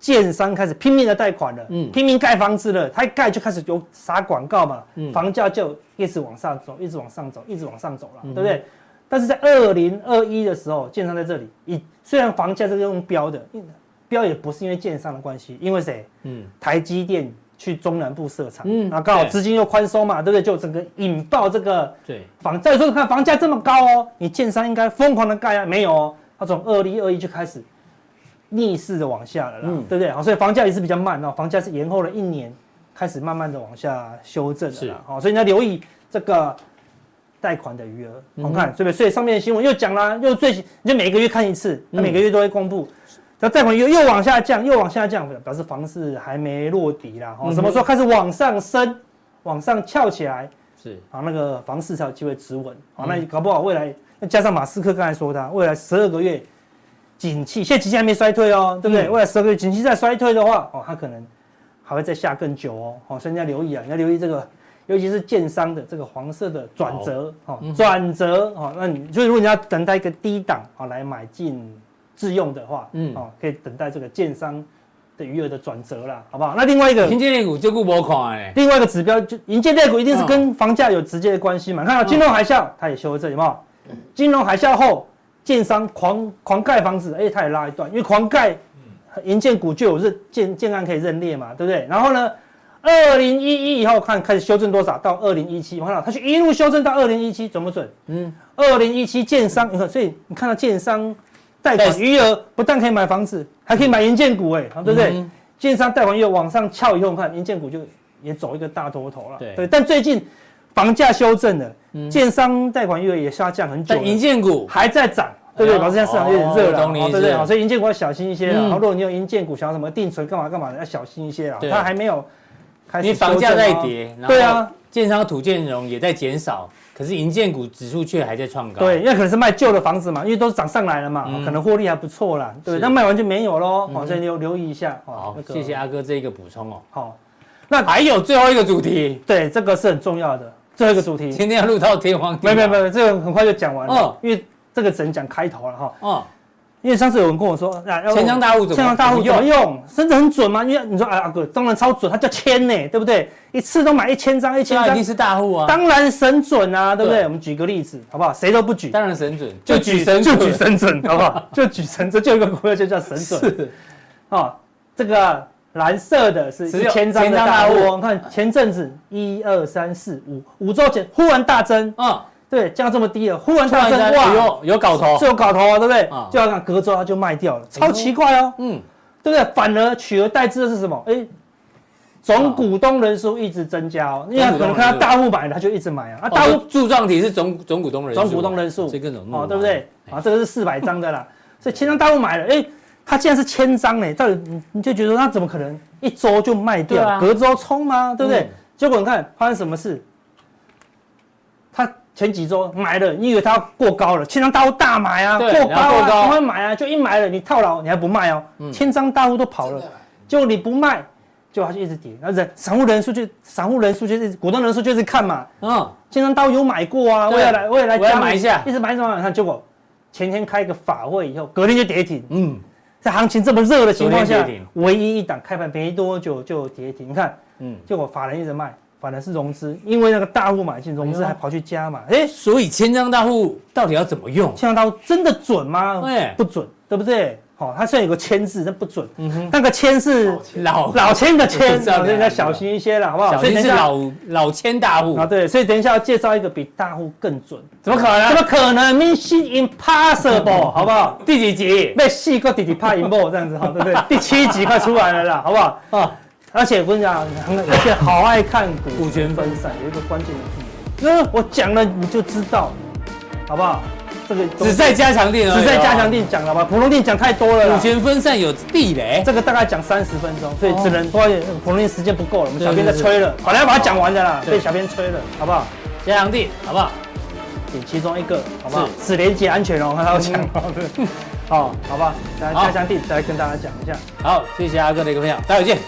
B: 建商开始拼命的贷款了，
A: 嗯
B: 拼命盖房子了，他一盖就开始有撒广告嘛，
A: 嗯
B: 房价就一直往上走，一直往上走，一直往上走了，
A: 嗯哼
B: 对不对？但是在二零二一的时候，建商在这里，以虽然房价是用标的，因标也不是因为建商的关系，因为谁？
A: 嗯
B: 台积电去中南部设厂，
A: 嗯
B: 嗯，然后刚好
A: 对
B: 资金又宽松嘛，对不对？就整个引爆这个
A: 对，
B: 房，再说看房价这么高哦，你建商应该疯狂的盖啊，没有哦，它从二零二一就开始逆势的往下了啦，
A: 嗯
B: 对不对？好，所以房价也是比较慢哦，房价是延后了一年，开始慢慢的往下修正了
A: 是
B: 啦，好、所以你要留意这个贷款的余额，
A: 嗯
B: 好、看，对不对？所以上面的新闻又讲啦，又最新，你就每个月看一次，它
A: 嗯
B: 每个月都会公布。那贷款又又往下降，又往下降，表示房市还没落底啦。
A: 嗯
B: 哦，
A: 哼
B: 什么时候开始往上升，往上翘起来，
A: 是
B: 啊，那个房市才有机会止稳。啊，那搞不好未来，那加上马斯克刚才说的啊，未来十二个月景气，现在景气还没衰退哦，对不对？
A: 嗯
B: 未来十二个月景气再衰退的话，哦，它可能还会再下更久哦。哦，所以你要留意啊，你要留意这个，尤其是建商的这个黄色的转折，哦
A: 嗯，
B: 转折，哦，那你所以如果你要等待一个低档啊、哦、来买进自用的话，
A: 嗯
B: 嗯，哦，可以等待这个建商的余额的转折啦，好不好？那另外一个
A: 经济类股就顾不看哎，
B: 另外一个指标就银建类股一定是跟房价有直接的关系嘛。看啊到金融海啸，它也修正，有没有？金融海啸后，建商狂狂盖房子，哎、它也拉一段，因为狂盖银建股就有认建建案可以认列嘛，对不对？然后呢，二零一一以后看开始修正多少，到二零一七，我看到它去一路修正到二零一七，准不准？
A: 嗯
B: 嗯，二零一七建商，你看，所以你看到建商贷款余额不但可以买房子，还可以买银建股，哎，对不对？
A: 嗯
B: 建商贷款余额往上翘以后，我看银建股就也走一个大多头了。
A: 对嗯
B: 但最近房价修正了，建商贷款余额也下降很久了
A: 但银建股
B: 还在涨，对不
A: 哎
B: 对？
A: 呦
B: 老市场市场有点热
A: 哦
B: 了，
A: 懂你
B: 哦
A: 意
B: 对不对？
A: 思
B: 好所以银建股要小心一些啊。
A: 嗯
B: 然后如果你有银建股，想要什么定存干嘛干嘛的，要小心一些啊。
A: 对
B: 它还没有开始，啊
A: 你房价在，跌，
B: 对，啊，
A: 建商土建融也在减少，可是银建股指数却还在创高。
B: 对，，因为可能是卖旧的房子嘛，因为都是涨上来了嘛，
A: 嗯
B: 可能获利还不错啦，对，
A: 是
B: 那卖完就没有喽，
A: 嗯
B: 好，所以留留意一下，哦
A: 好，
B: 那个
A: 谢谢啊阿哥这一个补充哦。
B: 好，
A: 还有最后一个主题，
B: 对，这个是很重要的，最后一个主题，
A: 今天要录到天荒地
B: 没
A: 老
B: 没没，这个很快就讲完
A: 哦
B: 了，因为这个只能讲开头了哈。
A: 哦，
B: 因为上次有人跟我说，啊，要
A: 钱江大户怎么
B: 钱江大户怎
A: 怎么
B: 么用？真的很准吗？因为你说，哎，阿哥，当然超准，它叫千呢，对不对？一次都买一千张，一
A: 现
B: 千
A: 在一
B: 张
A: 定，是大户啊，当
B: 当然神准啊，对不
A: 对
B: 对？我们举个例子，好不好？谁都不举，
A: 然神准，就举神
B: 就
A: 准，
B: 举神准，好不 好？就举神准，就有一个股票就叫神准
A: 是
B: 哦，这个蓝色的是
A: 只
B: 一
A: 有
B: 千张
A: 千
B: 的
A: 张
B: 大户
A: 大户
B: 哦，看前阵子一二三四五五周前忽然大增，
A: 嗯，
B: 对，降到这么低了，忽然
A: 突
B: 大
A: 然
B: 增，
A: 间
B: 哇！
A: 有有搞头
B: 是，有搞头啊，对不对
A: 啊？哎
B: 就要看隔周它就卖掉了，超奇怪哦，
A: 嗯，
B: 对不对？反而取而代之的是什么？哎，
A: 啊
B: 总股东人数一直增加哦，因为他可能看到大户买了，他就一直买啊，啊，大
A: 大
B: 户
A: 户哦柱状体是总总股东人数啊，
B: 总股东人数
A: 这更容易
B: 哦，对不对？
A: 哎
B: 啊，这个是四百张的啦，所以千张大户买了，哎，他竟然是千张呢，到底你你就觉得那怎么可能一周就卖
A: 对啊
B: 掉，隔周冲吗？对不
A: 嗯
B: 对？结果你看发生什么事？他前几周买了，你以为他过高了，千张大户大买啊，
A: 对
B: 过高
A: 然后过
B: 啊，
A: 高嗯
B: 赶快买啊，就一买了你套牢，你还不卖哦，千张大户都跑了，结果你不卖，结果它就一直跌，然后人散户人数就散户人数就是股东人数就是看嘛，
A: 嗯，
B: 千张大户有买过啊，
A: 对
B: 我也来我也来
A: 我要
B: 加入
A: 买一下
B: 一直买一直买，看结果前天开个法会以后，隔天就跌停，
A: 嗯
B: 在行情这么热的情况
A: 昨
B: 下
A: 天跌停，
B: 唯一一档开盘没多久就跌停，你看。
A: 嗯
B: 结果法人一直卖，反而是融资，因为那个大户买进，融资还跑去加码。哎、
A: 嗯，所以千张大户到底要怎么用？
B: 千张大户真的准吗？
A: 哎
B: 不准，对不对？好、它虽然有个签字，但不准。
A: 嗯哼，
B: 那个签是
A: 老
B: 老千的签，
A: 知道
B: 所以
A: 哪
B: 要
A: 里
B: 小心一些了，好不好？
A: 小
B: 所以
A: 心
B: 等一
A: 是
B: 下
A: 老老千大户
B: 啊，，对，所以等一下要介绍一个比大户更准，
A: 怎么可能
B: 怎么可能？Mission Impossible，好不好？
A: 第几集？
B: 被细个弟弟怕赢爆这样子哈，对不对？第七集快出来了啦，好不好？
A: 啊，
B: 而且我跟你讲，而且好爱看股
A: 股权分
B: 分散，有一个关键的地方，那我讲了你就知道，好不好？这个
A: 只在加强店而已哦，
B: 只在加强店讲了吧，普通店讲太多了啦
A: 股。权分散有地雷，
B: 这个大概讲三十分钟，所以只能多一点，普通店时间不够了，我们小编在
A: 对对对
B: 催了，本来要把它讲完的啦，
A: 对
B: 被小编催了，好不好？
A: 加强店好不好？
B: 点其中一个，好不好
A: 是？嗯
B: 只连接安全哦，他要讲哦，对哦，好吧，来
A: 好
B: 加强地再来跟大家讲一下。
A: 好，谢谢阿哥的一个分享，待会见。